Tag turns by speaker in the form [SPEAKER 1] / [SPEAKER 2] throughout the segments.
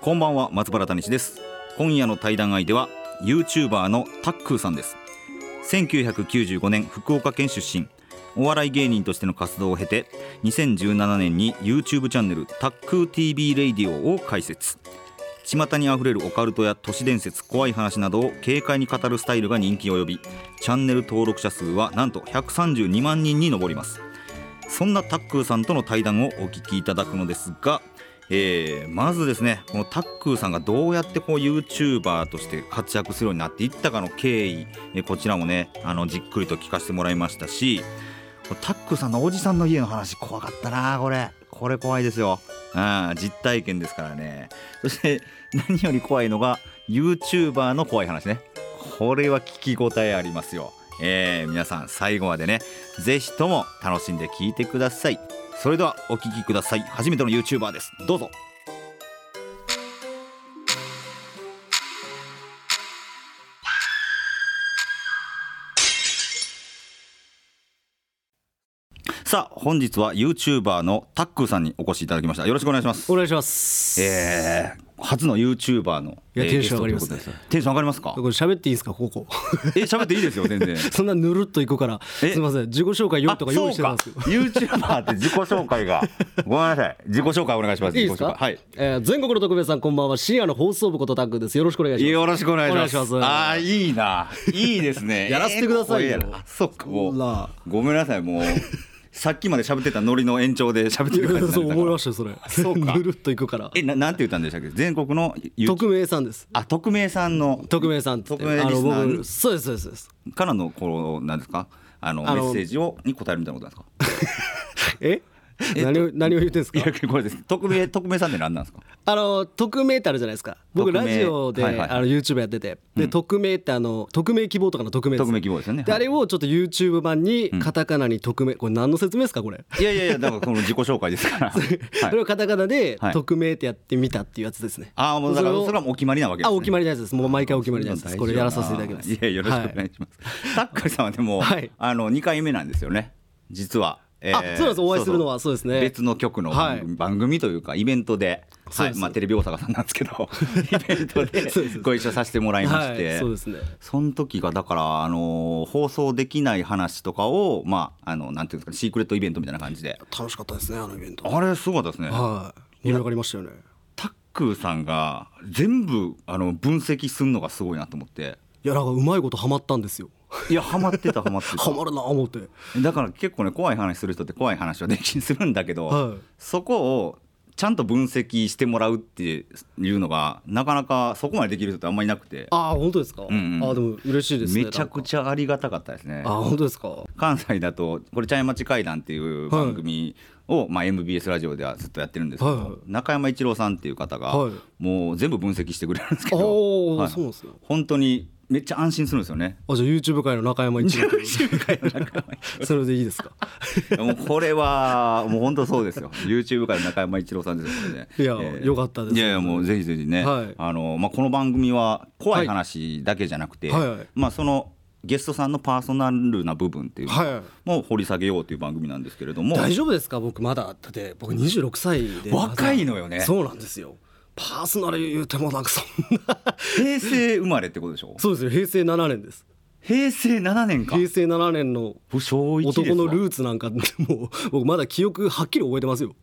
[SPEAKER 1] こんばんは松原谷志です今夜の対談相手は YouTuber のタックーさんです1995年福岡県出身お笑い芸人としての活動を経て2017年に YouTube チャンネルタックー TV レイディオを開設巷にあふれるオカルトや都市伝説怖い話などを軽快に語るスタイルが人気を呼びチャンネル登録者数はなんと132万人に上りますそんなタックーさんとの対談をお聞きいただくのですが、えーまずですねこのタックーさんがどうやってこう YouTuber として活躍するようになっていったかの経緯、えーこちらもねあのじっくりと聞かせてもらいましたしこれタックーさんのおじさんの家の話怖かったなこれこれ怖いですよあ実体験ですからねそして何より怖いのが YouTuber の怖い話ねこれは聞き応えありますよえー皆さん最後までねぜひとも楽しんで聞いてくださいそれではお聞きください初めての YouTuber ですどうぞさあ本日は YouTuber のタックーさんにお越しいただきましたよろしくお願いします
[SPEAKER 2] お願いします。
[SPEAKER 1] えー、初の YouTuber の
[SPEAKER 2] いや
[SPEAKER 1] えー
[SPEAKER 2] テンション上がりますね
[SPEAKER 1] ゲストということでテンション上がります か
[SPEAKER 2] これ喋っていいですかここ。
[SPEAKER 1] え喋っていいですよ全然
[SPEAKER 2] そんなぬるっといくから。す
[SPEAKER 1] え
[SPEAKER 2] みません自己紹 介用意とか用意してたんですけど。
[SPEAKER 1] ユーチューバーって自己紹介 が。ごめんなさい。自己紹介お願いします。
[SPEAKER 2] いいですか
[SPEAKER 1] 自己紹。介はい。
[SPEAKER 2] えー全国の特命さんこんばんは深夜の放送部ことタッグです。よろしくお願いします。
[SPEAKER 1] よろしくお願いします。
[SPEAKER 2] お願いします
[SPEAKER 1] ああ、いいな。いいですね。
[SPEAKER 2] やらせてくださいよ
[SPEAKER 1] ええ声やなあそっか、もう
[SPEAKER 2] ほら。
[SPEAKER 1] ごめんなさい、 もう。さっきまで喋ってたノリの延長で喋ってる感じになったから
[SPEAKER 2] そう思いましたよそれ。
[SPEAKER 1] そうか
[SPEAKER 2] ぬるっといくから。
[SPEAKER 1] え、ななんて言ったんでしたっけ全国のユーチュー。
[SPEAKER 2] 匿名さんです。
[SPEAKER 1] あ、匿名さんの。
[SPEAKER 2] 匿名さんって言って。
[SPEAKER 1] 匿名リスナー
[SPEAKER 2] あの僕そうですそうですそうです。
[SPEAKER 1] からの、こう、なんですか。あの、
[SPEAKER 2] あ
[SPEAKER 1] メ
[SPEAKER 2] の
[SPEAKER 1] ッセージを、に答えるみたいなことなんですか。
[SPEAKER 2] え？何を何を言ってんです
[SPEAKER 1] い
[SPEAKER 2] か。
[SPEAKER 1] や、これです。匿名、匿名さんって何なんですか。
[SPEAKER 2] あの匿名ってあるじゃないですか僕
[SPEAKER 1] 匿名
[SPEAKER 2] ラジオで、
[SPEAKER 1] はいはい
[SPEAKER 2] あの YouTube やっててで、匿名ってあの匿名希望とかの匿名です
[SPEAKER 1] 匿名希望ですよね
[SPEAKER 2] で
[SPEAKER 1] は
[SPEAKER 2] あ
[SPEAKER 1] い
[SPEAKER 2] れをちょっと YouTube 版にカタカナに匿名、これ何の説明ですかこれ、
[SPEAKER 1] いやいやいや、だから、この自己紹介です から。はい
[SPEAKER 2] それをカタカナで
[SPEAKER 1] はい
[SPEAKER 2] 匿名ってやってみたっていうやつですね
[SPEAKER 1] ああもうだから
[SPEAKER 2] それ
[SPEAKER 1] そ
[SPEAKER 2] を
[SPEAKER 1] れはもうお決まりなわけです、
[SPEAKER 2] あ
[SPEAKER 1] ね、
[SPEAKER 2] お決まりのやつですもう毎回お決まりのやつですこれやらさせていただきます
[SPEAKER 1] いやよろしくお願いします、タッカーさんはでも、
[SPEAKER 2] はい
[SPEAKER 1] あの2回目なんですよね実は、え
[SPEAKER 2] あそうなんですお会いするのはそうですね
[SPEAKER 1] 別の局の番組,、番組というかイベントで
[SPEAKER 2] そう
[SPEAKER 1] はい
[SPEAKER 2] です
[SPEAKER 1] まあ、テレビ大阪さんなんですけ どイベントで
[SPEAKER 2] そうです
[SPEAKER 1] ご一緒させてもらいまして、
[SPEAKER 2] はいそうですね
[SPEAKER 1] その時がだから、あのー放送できない話とかを、まあ、あのなんていうんですかシークレットイベントみたいな感じで
[SPEAKER 2] 楽しかったですねあのイベント
[SPEAKER 1] あれすごかったですね、
[SPEAKER 2] はい盛り上がりましたよね
[SPEAKER 1] タックーさんが全部あの分析するのがすごいなと思って
[SPEAKER 2] いやなんかうまいことハマったんですよ
[SPEAKER 1] いやハマってたハマって
[SPEAKER 2] ハマ
[SPEAKER 1] た
[SPEAKER 2] るな思って
[SPEAKER 1] だから結構ね怖い話する人って怖い話はできするんだけど、
[SPEAKER 2] はい
[SPEAKER 1] そこをちゃんと分析してもらうっていうのがなかなかそこまでできる人ってあんまりいなくて
[SPEAKER 2] ああ本当ですか、
[SPEAKER 1] んうん
[SPEAKER 2] あーでも嬉しいですね
[SPEAKER 1] めちゃく
[SPEAKER 2] ゃ
[SPEAKER 1] ちゃありがたかったですね
[SPEAKER 2] あー本当ですか
[SPEAKER 1] 関西だとこれ「茶屋町会談」っていう番組を、まあ、MBS ラジオではずっとやってるんですけど、
[SPEAKER 2] はいはい
[SPEAKER 1] 中山一郎さんっていう方が、
[SPEAKER 2] はい
[SPEAKER 1] もう全部分析してくれるんですけど、
[SPEAKER 2] おー
[SPEAKER 1] はい
[SPEAKER 2] そうなんですよ
[SPEAKER 1] 本当にめっちゃ安心するんですよ ね。
[SPEAKER 2] あじゃあ YouTube 界の中山一 郎 それでいいですか
[SPEAKER 1] もうこれはもう本当そうですよ YouTube から中山一郎さんですよね
[SPEAKER 2] いやよかったです
[SPEAKER 1] いやいやもうぜひぜひね、
[SPEAKER 2] はい
[SPEAKER 1] あのまあ、この番組は怖い話だけじゃなくて、
[SPEAKER 2] はいはい
[SPEAKER 1] まあ、そのゲストさんのパーソナルな部分っていう
[SPEAKER 2] はい
[SPEAKER 1] のを掘り下げようという番組なんですけれども、
[SPEAKER 2] 大丈夫ですか僕まだだって僕26歳でまだ
[SPEAKER 1] 若いのよね
[SPEAKER 2] そうなんですよパーソナル言うてもなんかそんな
[SPEAKER 1] 平成生まれってことでしょ
[SPEAKER 2] そうですよ平成7年です
[SPEAKER 1] 平成7年か
[SPEAKER 2] 平成7年の
[SPEAKER 1] 僕小一です
[SPEAKER 2] 男
[SPEAKER 1] わ
[SPEAKER 2] のルーツなんかもう僕まだ記憶はっきり覚えてますよ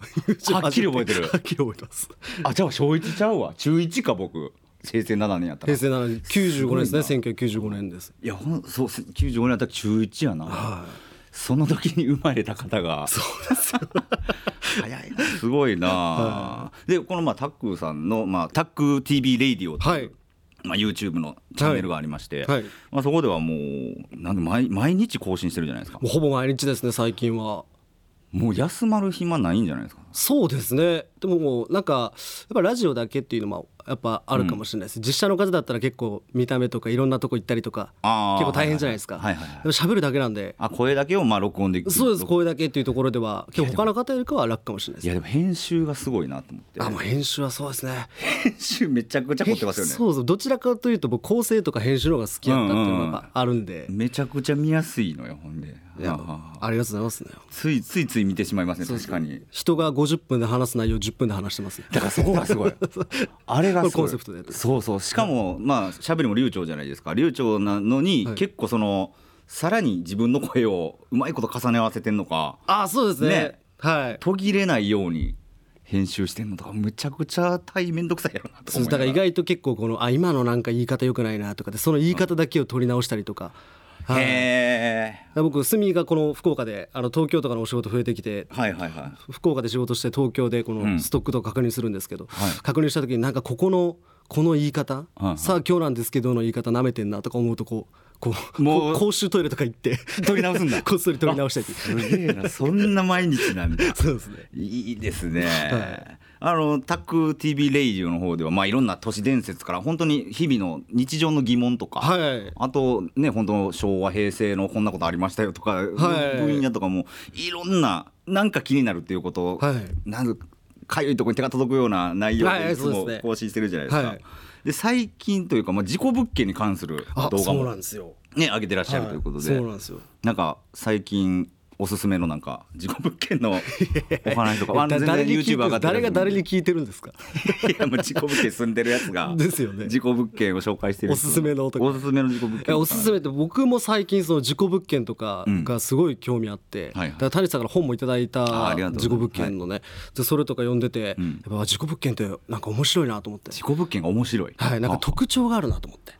[SPEAKER 1] はっきり覚えてる
[SPEAKER 2] はっきり覚えてます
[SPEAKER 1] あじゃあ小一ちゃうわ中一か僕平成7年やったら
[SPEAKER 2] 平成7年95年ですね1995年です
[SPEAKER 1] いやほんそうす95年だったら中1やな、その時に生まれた方が
[SPEAKER 2] そうですよ
[SPEAKER 1] 早いなすごいな、でこのまあタックーさんの、まあ、タックー TV レイディオっていう、
[SPEAKER 2] はい
[SPEAKER 1] まあ、YouTube のチャンネルがありまして、
[SPEAKER 2] はいはい
[SPEAKER 1] まあ、そこではもうなんで毎毎日更新してるじゃないですか
[SPEAKER 2] もうほぼ毎日ですね最近は
[SPEAKER 1] もう休まる暇ないんじゃないですか
[SPEAKER 2] そうですねでももうなんかやっぱラジオだけっていうのもやっぱあるかもしれないです、実写の方だったら結構見た目とかいろんなとこ行ったりとか
[SPEAKER 1] あー
[SPEAKER 2] 結構大変じゃないですか、
[SPEAKER 1] はいはいはい
[SPEAKER 2] でも喋るだけなんで
[SPEAKER 1] あ声だけをまあ録音できる
[SPEAKER 2] そうです声だけっていうところでは結構他の方よりかは楽かもしれない
[SPEAKER 1] い
[SPEAKER 2] で
[SPEAKER 1] やでも編集がすごいなと思って
[SPEAKER 2] すあもう編集はそうですね
[SPEAKER 1] 編集めちゃくちゃ凝ってますよね
[SPEAKER 2] そうそうどちらかというと僕構成とか編集の方が好きだったっていう
[SPEAKER 1] うんうんう
[SPEAKER 2] の
[SPEAKER 1] ん
[SPEAKER 2] があるんで、
[SPEAKER 1] めちゃくちゃ見やすいのよほんで
[SPEAKER 2] いや
[SPEAKER 1] ああ
[SPEAKER 2] ありがとうございますね
[SPEAKER 1] ついついつい見てしまいますね確かに
[SPEAKER 2] 人が50分で話す内容10分で話してますよ
[SPEAKER 1] だからそこがすごい あれがすごい
[SPEAKER 2] これコンセプトでやってる
[SPEAKER 1] そうそうしかもまあ喋りも流暢じゃないですか流暢なのに、
[SPEAKER 2] はい
[SPEAKER 1] 結構そのさらに自分の声をうまいこと重ね合わせてんのか
[SPEAKER 2] あそうですね
[SPEAKER 1] ね
[SPEAKER 2] はい
[SPEAKER 1] 途切れないように編集してんのとかむちゃくちゃ大面倒くさいやろなと
[SPEAKER 2] そう
[SPEAKER 1] 思
[SPEAKER 2] だ
[SPEAKER 1] い
[SPEAKER 2] か
[SPEAKER 1] なが
[SPEAKER 2] ら
[SPEAKER 1] ら
[SPEAKER 2] 意外と結構このあ今のなんか言い方良くないなとかでその言い方だけを取り直したりとか、はい
[SPEAKER 1] へえ
[SPEAKER 2] 僕スミがこの福岡であの東京とかのお仕事増えてきて
[SPEAKER 1] はいはいはい
[SPEAKER 2] 福岡で仕事して東京でこ
[SPEAKER 1] うん
[SPEAKER 2] のストックとか確認するんですけど、
[SPEAKER 1] はい
[SPEAKER 2] 確認した時になんかここのこの言い方、
[SPEAKER 1] いはい
[SPEAKER 2] さあ今日なんですけどの言い方なめてんなとか思うとこうこう
[SPEAKER 1] もう
[SPEAKER 2] こ公衆トイレとか行って
[SPEAKER 1] 取り直すんだ
[SPEAKER 2] こっそり取り直したり
[SPEAKER 1] すげえなそんな毎日なんだ
[SPEAKER 2] そうですね
[SPEAKER 1] いいですね、
[SPEAKER 2] はい
[SPEAKER 1] あのタック TV レイディオの方では、まあ、いろんな都市伝説から本当に日々の日常の疑問とか、
[SPEAKER 2] はい
[SPEAKER 1] あとね本当昭和平成のこんなことありましたよとか、
[SPEAKER 2] い
[SPEAKER 1] 分野とかもいろんななんか気になるっていうことを、
[SPEAKER 2] はい
[SPEAKER 1] なんかかゆいところに手が届くような内容
[SPEAKER 2] はいは
[SPEAKER 1] で
[SPEAKER 2] い
[SPEAKER 1] いつ
[SPEAKER 2] そ
[SPEAKER 1] も
[SPEAKER 2] うですね
[SPEAKER 1] 更新してるじゃないですか。
[SPEAKER 2] はい
[SPEAKER 1] で最近というか、まあ、事故物件に関する
[SPEAKER 2] あ
[SPEAKER 1] 動画
[SPEAKER 2] そうな
[SPEAKER 1] も
[SPEAKER 2] ん、ですよ
[SPEAKER 1] ね、上げてらっしゃるということで、
[SPEAKER 2] はいそうなんですよ
[SPEAKER 1] なんか最近おすすめのなんか事故物 件のお話とかあの
[SPEAKER 2] だ
[SPEAKER 1] 全
[SPEAKER 2] 誰
[SPEAKER 1] 然
[SPEAKER 2] に聞いて
[SPEAKER 1] YouTube 上がって
[SPEAKER 2] る
[SPEAKER 1] る
[SPEAKER 2] 誰が誰に聞いてるんですか
[SPEAKER 1] いやもう事故物件住んでるやつが
[SPEAKER 2] ですよね
[SPEAKER 1] 事故物件を紹介してる
[SPEAKER 2] おすすめのとか
[SPEAKER 1] おすすめの事故物
[SPEAKER 2] いや
[SPEAKER 1] 件
[SPEAKER 2] おすすめって僕も最近その事故物件とかがすごい興味あって、
[SPEAKER 1] はいはい
[SPEAKER 2] だから谷さんから本もいただい
[SPEAKER 1] ああ
[SPEAKER 2] た
[SPEAKER 1] りがとうございま
[SPEAKER 2] 事故
[SPEAKER 1] す
[SPEAKER 2] 物件のね、でそれとか読んでて、
[SPEAKER 1] ん
[SPEAKER 2] やっぱ事故物件ってなんか面白いなと思って、
[SPEAKER 1] 事故物件が面白い
[SPEAKER 2] はい、なんか
[SPEAKER 1] あ
[SPEAKER 2] 特徴があるなと思って、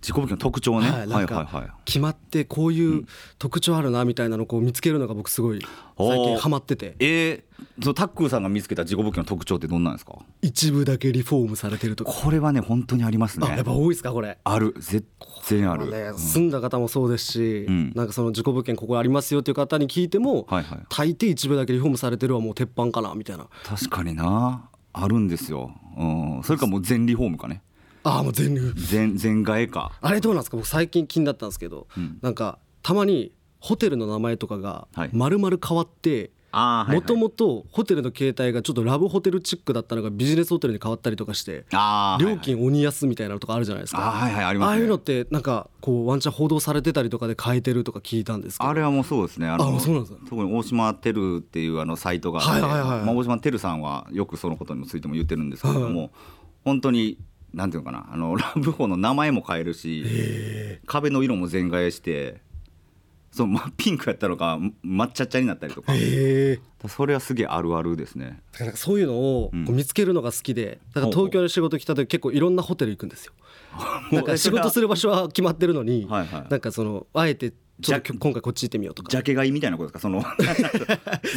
[SPEAKER 1] 事故物件の特徴ねは
[SPEAKER 2] はいい、
[SPEAKER 1] は
[SPEAKER 2] ないんか
[SPEAKER 1] はい
[SPEAKER 2] 決まってこういう特徴あるなみたいなのをこう見つけるのが僕すごい最
[SPEAKER 1] お
[SPEAKER 2] 近
[SPEAKER 1] ー
[SPEAKER 2] ハマってて
[SPEAKER 1] えー、そのタックーさんが見つけた事故物件の特徴ってどんなんですか
[SPEAKER 2] 一部だけリフォームされてるとか、
[SPEAKER 1] これはね本当にあります
[SPEAKER 2] あや
[SPEAKER 1] ね
[SPEAKER 2] っぱ多いですかこれ。
[SPEAKER 1] ある絶対ある、
[SPEAKER 2] ね住んだ方もそうですし、
[SPEAKER 1] うん
[SPEAKER 2] なんかその事故物件ここありますよっていう方に聞いても、
[SPEAKER 1] はいはい
[SPEAKER 2] 大抵一部だけリフォームされてるはもう鉄板かなみたいな
[SPEAKER 1] 確かになあるんですよ、うん、それかもう全リフォームかね
[SPEAKER 2] ああもう全部
[SPEAKER 1] 全全替えか
[SPEAKER 2] あれどうなんですか僕最近気になったんですけど、なんかたまにホテルの名前とかが
[SPEAKER 1] はい
[SPEAKER 2] 丸々変わって
[SPEAKER 1] あ
[SPEAKER 2] もともとホテルの形態がちょっとラブホテルチックだったのがビジネスホテルに変わったりとかして
[SPEAKER 1] あー
[SPEAKER 2] 料金鬼安みたいなのとかあるじゃないですか
[SPEAKER 1] あーはいはいあります
[SPEAKER 2] あ
[SPEAKER 1] ね
[SPEAKER 2] あいうのってなんかこうワンチャン報道されてたりとかで変えてるとか聞いたんですけど
[SPEAKER 1] あれはもうそうですねあ
[SPEAKER 2] あそうなんですね
[SPEAKER 1] 特に大島テルっていうあのサイトがあって、
[SPEAKER 2] はいはいはい
[SPEAKER 1] まあ、大島テルさんはよくそのことについても言ってるんですけれども、
[SPEAKER 2] は
[SPEAKER 1] 本当になんていうのかなあの ラブホの名前も変えるし壁の色も全替えしてその、ま、ピンクやったのが抹茶茶になったりとか、
[SPEAKER 2] へえ
[SPEAKER 1] それはすげえあるあるですね
[SPEAKER 2] だからなんかそういうのをこう見つけるのが好きで、だから東京で仕事来た時結構いろんなホテル行くんですよ。なんか仕事す
[SPEAKER 1] る
[SPEAKER 2] る場所は決まってるのに、
[SPEAKER 1] はいはい
[SPEAKER 2] なんかそのあえてちょっと今回こっち行ってみようとか
[SPEAKER 1] ジ。ャケ買いみたいなことですかその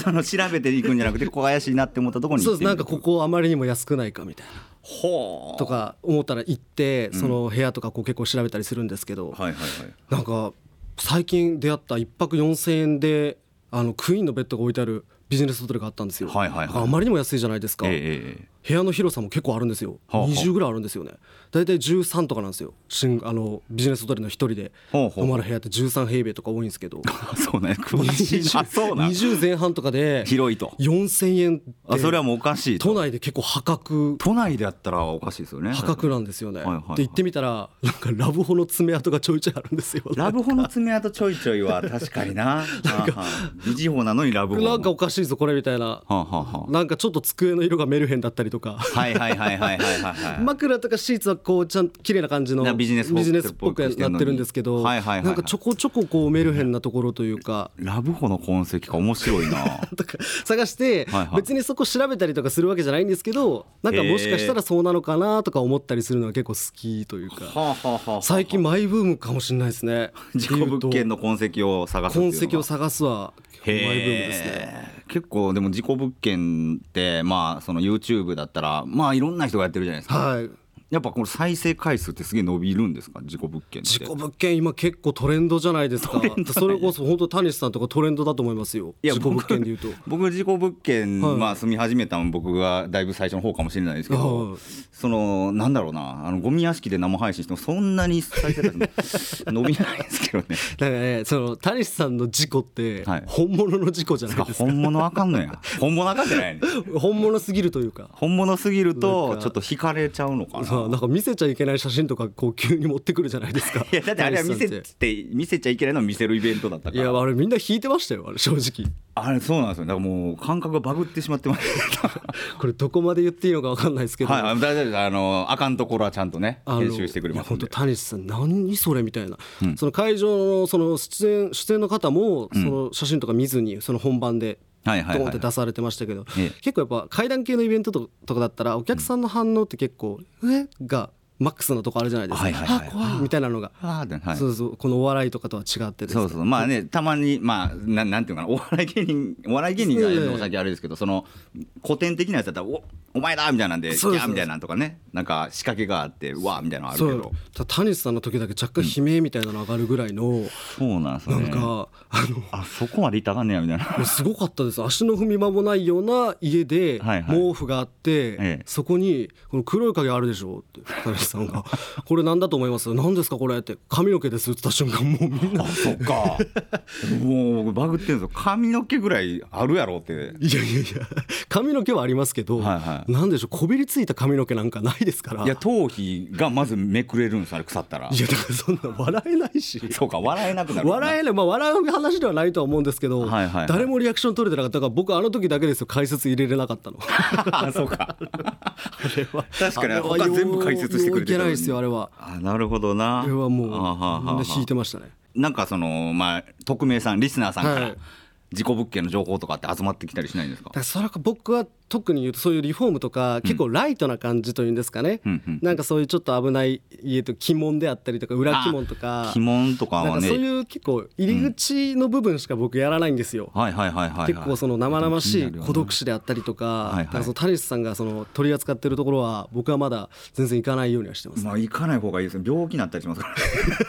[SPEAKER 1] その調べていくんじゃなくてここ怪しいなって思ったところに
[SPEAKER 2] そう
[SPEAKER 1] 行
[SPEAKER 2] で
[SPEAKER 1] っ
[SPEAKER 2] す
[SPEAKER 1] てみ
[SPEAKER 2] な
[SPEAKER 1] る
[SPEAKER 2] んかここあまりにも安くないかみたいな
[SPEAKER 1] ほう
[SPEAKER 2] とか思ったら行ってその部屋とかこう結構調べたりするんですけど、
[SPEAKER 1] はいはいはい
[SPEAKER 2] なんか最近出会った1泊4,000円であのクイーンのベッドが置いてあるビジネスホテルがあったんですよ、
[SPEAKER 1] はいはいはい
[SPEAKER 2] あまりにも安いじゃないですか、
[SPEAKER 1] ええええええ
[SPEAKER 2] 部屋の広さも結構あるんですよ、
[SPEAKER 1] はあはあ
[SPEAKER 2] 20ぐらいあるんですよね大体13とかなんですよ新あのビジネスホテルの一人で
[SPEAKER 1] ほうほう
[SPEAKER 2] 泊まる部屋って13平米とか多いんですけど
[SPEAKER 1] あ そうね 詳しいなそうな
[SPEAKER 2] 20前半とかで
[SPEAKER 1] 広いと
[SPEAKER 2] 4000円って
[SPEAKER 1] あそれはもうおかしいと
[SPEAKER 2] 都内で結構破格
[SPEAKER 1] 都内でやったらおかしいですよね
[SPEAKER 2] 破格なんですよね、
[SPEAKER 1] はいはいはい
[SPEAKER 2] で行ってみたらなんかラブホの爪痕がちょいちょいあるんですよ
[SPEAKER 1] ラブホの爪痕ちょいちょいは確かに ななんかビジホなのにラブホ
[SPEAKER 2] なんかおかしいぞこれみたいな
[SPEAKER 1] はあはあは
[SPEAKER 2] なんかちょっと机の色がメルヘンだったりとか
[SPEAKER 1] あはいはいはいはいはいはいはい、
[SPEAKER 2] 枕とかシーツはこうちゃんと綺麗な感じの
[SPEAKER 1] なビジネスホテル
[SPEAKER 2] っぽくなってるんですけど、
[SPEAKER 1] はいはいはいはい
[SPEAKER 2] なんかちょこちょここうメルヘンなところというか。
[SPEAKER 1] ラブホの痕跡か面白い な
[SPEAKER 2] とか探して
[SPEAKER 1] はいはい
[SPEAKER 2] 別にそこ調べたりとかするわけじゃないんですけどなんかもしかしたらそうなのかなとか思ったりするのが結構好きというか
[SPEAKER 1] はあはあはあはあ
[SPEAKER 2] 最近マイブームかもしれないですね
[SPEAKER 1] 事故物件の痕跡を探すってい
[SPEAKER 2] 痕
[SPEAKER 1] うのが
[SPEAKER 2] 跡を探すはマイブームですね
[SPEAKER 1] へー結構でも事故物件ってまあその YouTube だったらまあいろんな人がやってるじゃないですか
[SPEAKER 2] はい
[SPEAKER 1] やっぱこの再生回数ってすげえ伸びるんですか事故物件って
[SPEAKER 2] 事故物件今結構トレンドじゃないですか
[SPEAKER 1] レンドだね
[SPEAKER 2] それこそ本当谷さんとかトレンドだと思いますよ
[SPEAKER 1] いや
[SPEAKER 2] 事故物件でいうと
[SPEAKER 1] 僕事故物件、
[SPEAKER 2] はい
[SPEAKER 1] まあ住み始めたの僕がだいぶ最初の方かもしれないですけど、
[SPEAKER 2] はい
[SPEAKER 1] そのなんだろうなあのゴミ屋敷で生配信してもそんなに再生回数 伸びないですけどね
[SPEAKER 2] だからねその谷さんの事故って
[SPEAKER 1] はい
[SPEAKER 2] 本物の事故じゃないですか、
[SPEAKER 1] 本物あかんのや本物あかんじゃないの
[SPEAKER 2] 本物すぎるというか
[SPEAKER 1] 本物すぎる
[SPEAKER 2] なん
[SPEAKER 1] と
[SPEAKER 2] か
[SPEAKER 1] ちょっと惹かれちゃうのかな
[SPEAKER 2] そうなんか見せちゃいけない写真とかこう急に持ってくるじゃないですか
[SPEAKER 1] いやだってあれは見せ
[SPEAKER 2] 谷さんって
[SPEAKER 1] 見せちゃいけないのを見せるイベントだった
[SPEAKER 2] てい
[SPEAKER 1] から
[SPEAKER 2] やあれみんな引いてましたよあれ正直
[SPEAKER 1] あれそうなんですよだからもう感覚がバグってしまってました
[SPEAKER 2] これどこまで言っていいのか分かんないですけど、
[SPEAKER 1] はいあの大丈夫ですあのあかんところはちゃんとね
[SPEAKER 2] あの
[SPEAKER 1] 編集してくれま
[SPEAKER 2] いや
[SPEAKER 1] すん
[SPEAKER 2] 本当
[SPEAKER 1] で
[SPEAKER 2] 谷さん何それみたいな、
[SPEAKER 1] うん
[SPEAKER 2] その会場のその出演出演の方もその写真とか見ずにその本番で
[SPEAKER 1] はい
[SPEAKER 2] ド
[SPEAKER 1] はい
[SPEAKER 2] ーン
[SPEAKER 1] は
[SPEAKER 2] って
[SPEAKER 1] い
[SPEAKER 2] 出されてましたけど、
[SPEAKER 1] ええ
[SPEAKER 2] 結構やっぱ階段系のイベントととかだったらお客さんの反応って結構「えがマックスのとこあるじゃないですか「
[SPEAKER 1] はいはいはい
[SPEAKER 2] あ怖い」みたいなのが、
[SPEAKER 1] あーではい
[SPEAKER 2] そうそうこのお笑いとかとは違ってですね
[SPEAKER 1] そうそうまあねたまにまあなんなんていうのかなお笑い芸人お笑い芸人がやるのも先あれですけどその古典的なやつだったら「おお前だ!」みたいなんで「
[SPEAKER 2] そうそう
[SPEAKER 1] ギャーみたいなんとかねなんか仕掛けがあって「うわ!」みたいなのある
[SPEAKER 2] そ
[SPEAKER 1] け
[SPEAKER 2] う
[SPEAKER 1] ど
[SPEAKER 2] ただ谷さんの時だけ若干悲鳴みたいなの上がるぐらいの、
[SPEAKER 1] そうなんです
[SPEAKER 2] な
[SPEAKER 1] よ
[SPEAKER 2] ん
[SPEAKER 1] ね
[SPEAKER 2] か、あの
[SPEAKER 1] あそこまでいったらあかんねやみたいな
[SPEAKER 2] もうすごかったです足の踏み間もないような家で
[SPEAKER 1] はいはい
[SPEAKER 2] 毛布があって、
[SPEAKER 1] ええ
[SPEAKER 2] そこに「この黒い影あるでしょ」って谷さんが 「これなんだと思います何ですかこれ」って「髪の毛です」って言った瞬間もうみんな
[SPEAKER 1] あそっかもうバグってんぞ髪の毛ぐらいあるやろって
[SPEAKER 2] いやいやいや髪の毛はありますけど、
[SPEAKER 1] はいはい
[SPEAKER 2] なんでしょうこびりついた髪の毛なんかないですから
[SPEAKER 1] いや頭皮がまずめくれるんですあれ腐ったら
[SPEAKER 2] いやだからそんな笑えないし
[SPEAKER 1] そうか笑えなくなる
[SPEAKER 2] 笑えない、まあ、笑う話ではないとは思うんですけど、
[SPEAKER 1] はいはいはい
[SPEAKER 2] 誰もリアクション取れてなかっただから僕あの時だけですよ解説入れれなかったの
[SPEAKER 1] あそうか 確か
[SPEAKER 2] あ
[SPEAKER 1] に
[SPEAKER 2] れは
[SPEAKER 1] 他全部解説してくれての
[SPEAKER 2] よういけない
[SPEAKER 1] に
[SPEAKER 2] ですよあれは
[SPEAKER 1] あなるほどな
[SPEAKER 2] あれはもう
[SPEAKER 1] あはあはあ
[SPEAKER 2] みんな引いてましたね
[SPEAKER 1] なんかそのまあ匿名さんリスナーさんか
[SPEAKER 2] は
[SPEAKER 1] ら
[SPEAKER 2] い
[SPEAKER 1] 事故物件の情報とかって集まってきたりしないんですか
[SPEAKER 2] だからそれは僕は特に言うとそういうリフォームとか結構ライトな感じというんですかね、
[SPEAKER 1] うんうん
[SPEAKER 2] なんかそういうちょっと危ない家と鬼門であったりとか裏鬼門とか
[SPEAKER 1] 鬼門とか
[SPEAKER 2] なん
[SPEAKER 1] は
[SPEAKER 2] かそう
[SPEAKER 1] ね
[SPEAKER 2] いう結構入り口の部分しか僕やらないんですよ、
[SPEAKER 1] はいはいはいはいはい
[SPEAKER 2] 結構その生々しい孤独
[SPEAKER 1] 死
[SPEAKER 2] 死であったりとか
[SPEAKER 1] いはい
[SPEAKER 2] だからその谷口さんがその取り扱ってるところは僕はまだ全然行かないようにはしてます、
[SPEAKER 1] まあ行かない方がいいですね病気になったりしますか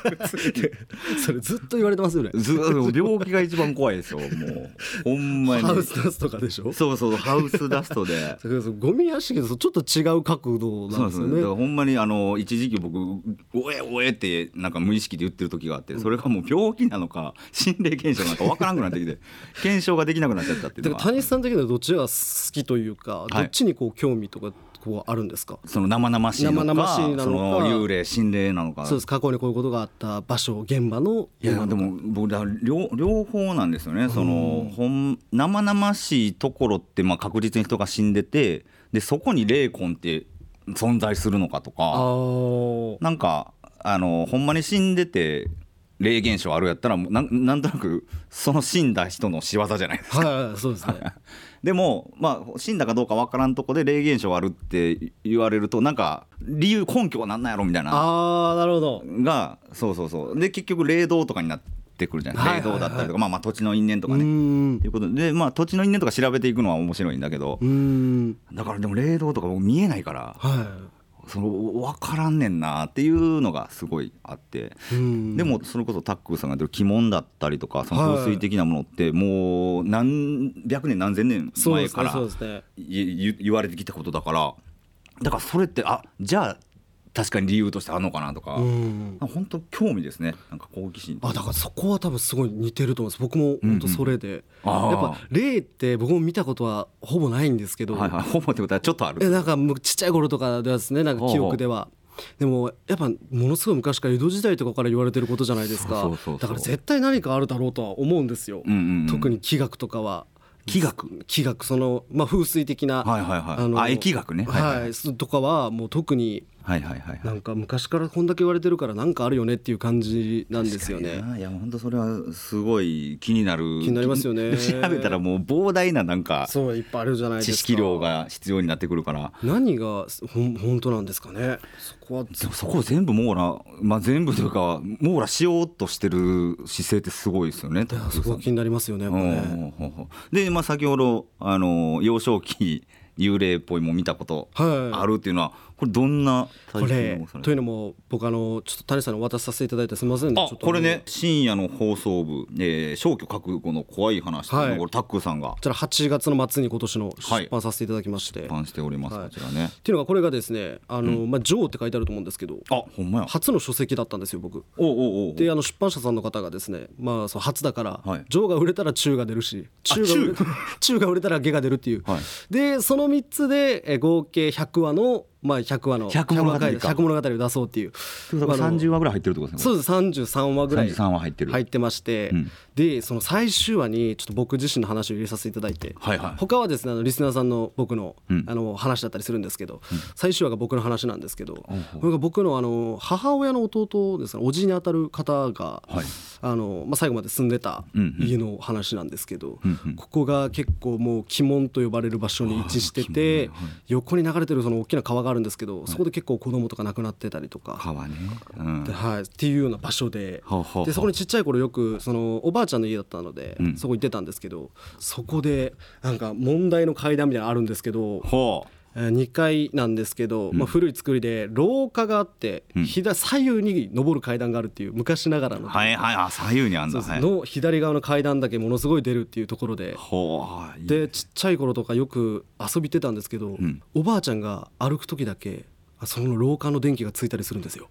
[SPEAKER 1] ら
[SPEAKER 2] それずっと言われてますよね
[SPEAKER 1] ず病気が一番怖いですよもうほんまに
[SPEAKER 2] ハウスダストとかでしょ
[SPEAKER 1] そうそうハウスダスト で
[SPEAKER 2] だからそのゴミ屋敷とちょっと違う角度
[SPEAKER 1] そ
[SPEAKER 2] な
[SPEAKER 1] うんで
[SPEAKER 2] ですす
[SPEAKER 1] ね
[SPEAKER 2] よ
[SPEAKER 1] だから
[SPEAKER 2] ね
[SPEAKER 1] ほんまにあの一時期僕「おえおえ」ってなんか無意識で言ってる時があってそれがもう病気なのか心霊現象なのかわからなくなって きて検証ができなくなっちゃったっていう
[SPEAKER 2] だ
[SPEAKER 1] の
[SPEAKER 2] から
[SPEAKER 1] が
[SPEAKER 2] 谷口さん的にはどっちが好きというか、
[SPEAKER 1] い
[SPEAKER 2] どっちにこう興味とかこうあるんですか
[SPEAKER 1] その生々しいのか
[SPEAKER 2] 生々しいなのか
[SPEAKER 1] その幽霊心霊なのか
[SPEAKER 2] そうです過去にこういうことがあった場所現場の
[SPEAKER 1] いやでも僕だから両両方なんですよねそのほん生々しいところってまあ確実に人が死んでてでそこに霊魂って存在するのかとか
[SPEAKER 2] あー
[SPEAKER 1] なんかあのほんまに死んでて霊現象あるやったらもうなんなんとなくその死んだ人の仕業じゃないですか
[SPEAKER 2] はいはいそうですね
[SPEAKER 1] でもまあ死んだかどうかわからんとこで霊現象あるって言われるとなんか理由根拠はなんなんやろみたいな
[SPEAKER 2] ああなるほ ど
[SPEAKER 1] がそうそうそうで結局霊道とかになってくるじゃない
[SPEAKER 2] はい
[SPEAKER 1] です
[SPEAKER 2] はい
[SPEAKER 1] か
[SPEAKER 2] は
[SPEAKER 1] 霊道だ
[SPEAKER 2] い
[SPEAKER 1] ったりとか、まあ、まあ土地の因縁と
[SPEAKER 2] う
[SPEAKER 1] か
[SPEAKER 2] ー
[SPEAKER 1] ね
[SPEAKER 2] ん
[SPEAKER 1] ということでまあ土地の因縁とか調べていくのは面白いんだけど
[SPEAKER 2] うーん
[SPEAKER 1] だからでも霊道とか僕見えないから
[SPEAKER 2] は
[SPEAKER 1] その分からんねんなっていうのがすごいあって。
[SPEAKER 2] いうん
[SPEAKER 1] でもそれこそタックさんが言ってる鬼門だったりとかその風水的なものってもう何百年何千年
[SPEAKER 2] そう
[SPEAKER 1] 前
[SPEAKER 2] です
[SPEAKER 1] か
[SPEAKER 2] ね
[SPEAKER 1] ら
[SPEAKER 2] そうですね
[SPEAKER 1] い言言われてきたことだからだからそれってあじゃあ確かに理由としてあるのかなとか
[SPEAKER 2] うん
[SPEAKER 1] 本当興味ですねなんか好奇心
[SPEAKER 2] あだからそこは多分すごい似てると思います僕も本当それで、
[SPEAKER 1] あー
[SPEAKER 2] やっぱ霊って僕も見たことはほぼないんですけど、
[SPEAKER 1] はいはいほぼってことはちょっとあ
[SPEAKER 2] え
[SPEAKER 1] る
[SPEAKER 2] なんかむちっちゃい頃とかではですねなんか記憶では。でもやっぱものすごい昔から江戸時代とかから言われてることじゃないです
[SPEAKER 1] そ
[SPEAKER 2] か
[SPEAKER 1] うそうそうそう
[SPEAKER 2] だから絶対何かあるだろうとは思うんですよ、
[SPEAKER 1] うんうんうん
[SPEAKER 2] 特に気学とかは
[SPEAKER 1] 気学
[SPEAKER 2] 気学その、まあ、風水的な、
[SPEAKER 1] はいはいはいあ疫学ねは
[SPEAKER 2] はいい、
[SPEAKER 1] はい
[SPEAKER 2] そとかはもう特に
[SPEAKER 1] はいはいはい
[SPEAKER 2] なんか昔からこんだけ言われてるからなんかあるよねっていう感じなんですよね
[SPEAKER 1] いや本当それはすごい気になる
[SPEAKER 2] 気になりますよね
[SPEAKER 1] で調べたらもう膨大ななんか
[SPEAKER 2] そういっぱいあるじゃないですか
[SPEAKER 1] 知識量が必要になってくるから
[SPEAKER 2] 何がほん本当なんですかねそこは
[SPEAKER 1] でもそこを全部網羅、まあ、全部というか網羅しようとしてる姿勢ってすごいですよね。
[SPEAKER 2] いやそこは気になりますよねやっ
[SPEAKER 1] う
[SPEAKER 2] ぱ
[SPEAKER 1] んう
[SPEAKER 2] ね
[SPEAKER 1] んうんうんで、まあ、先ほどあの幼少期幽霊っぽいもん見たこと
[SPEAKER 2] はい
[SPEAKER 1] あるっていうのはこれどんな
[SPEAKER 2] こ
[SPEAKER 1] 体
[SPEAKER 2] れ
[SPEAKER 1] 験をされ
[SPEAKER 2] と
[SPEAKER 1] て
[SPEAKER 2] いうのも僕あのちょっと谷さんにお渡しさせていただいてすみません
[SPEAKER 1] あ
[SPEAKER 2] ちょっと
[SPEAKER 1] これね深夜の放送部、えー消去覚悟の怖い話というのを、
[SPEAKER 2] はい
[SPEAKER 1] これタックーさんが
[SPEAKER 2] こちら8月の末に今年の出版させていただきまして、
[SPEAKER 1] 出版しております、
[SPEAKER 2] はい
[SPEAKER 1] こちらね
[SPEAKER 2] っていうのがこれがですね「あのまあ、ジョー」って書いてあると思うんですけど
[SPEAKER 1] あほんまや
[SPEAKER 2] 初の書籍だったんですよ僕
[SPEAKER 1] おうおうおう
[SPEAKER 2] であの出版社さんの方がですねまあそう初だから、
[SPEAKER 1] はい
[SPEAKER 2] ジョーが売れたら中が出るし中が売れ 中が売れたら下が出るっていう、
[SPEAKER 1] はい
[SPEAKER 2] でその3つでえ合計100話のまあ100話の
[SPEAKER 1] 100物語か
[SPEAKER 2] 100物語を出そうっていうまああの
[SPEAKER 1] 30話ぐらい入ってるってことですね
[SPEAKER 2] そうです33話ぐらい
[SPEAKER 1] 33話入ってる
[SPEAKER 2] 入ってまして、
[SPEAKER 1] ん
[SPEAKER 2] でその最終話にちょっと僕自身の話を入れさせていただいて、
[SPEAKER 1] はいはい
[SPEAKER 2] 他はですねあのリスナーさんの僕の,、
[SPEAKER 1] うん
[SPEAKER 2] あの話だったりするんですけど、最終話が僕の話なんですけど、
[SPEAKER 1] ん
[SPEAKER 2] これが僕のあの母親の弟ですねおじにあたる方が、
[SPEAKER 1] はい
[SPEAKER 2] あのまあ、最後まで住んでた
[SPEAKER 1] うんうん
[SPEAKER 2] 家の話なんですけど、
[SPEAKER 1] うんうん
[SPEAKER 2] ここが結構もう鬼門と呼ばれる場所に位置してて、横に流れてるその大きな川があるんですけど、そこで結構子供とか亡くなってたりとか。
[SPEAKER 1] 川ね、うん
[SPEAKER 2] ではい、っていうような場所で
[SPEAKER 1] ほうほうほう
[SPEAKER 2] でそこにちっちゃい頃よくそのおばあちゃんの家だったので、
[SPEAKER 1] うん
[SPEAKER 2] そこ行ってたんですけどそこでなんか問題の階段みたいなのあるんですけど、
[SPEAKER 1] ほう
[SPEAKER 2] えー2階なんですけど、まあ、古い作りで廊下があって、
[SPEAKER 1] うん
[SPEAKER 2] 左左右に登る階段があるっていう昔ながらの,、
[SPEAKER 1] はいはいあ左右にあん
[SPEAKER 2] そう
[SPEAKER 1] だ
[SPEAKER 2] です
[SPEAKER 1] はい
[SPEAKER 2] の左側の階段だけものすごい出るっていうところで。
[SPEAKER 1] ほういい
[SPEAKER 2] でちっちゃい頃とかよく遊び行ってたんですけど、
[SPEAKER 1] ん
[SPEAKER 2] おばあちゃんが歩く時だけあその廊下の電気がついたりするんですよ。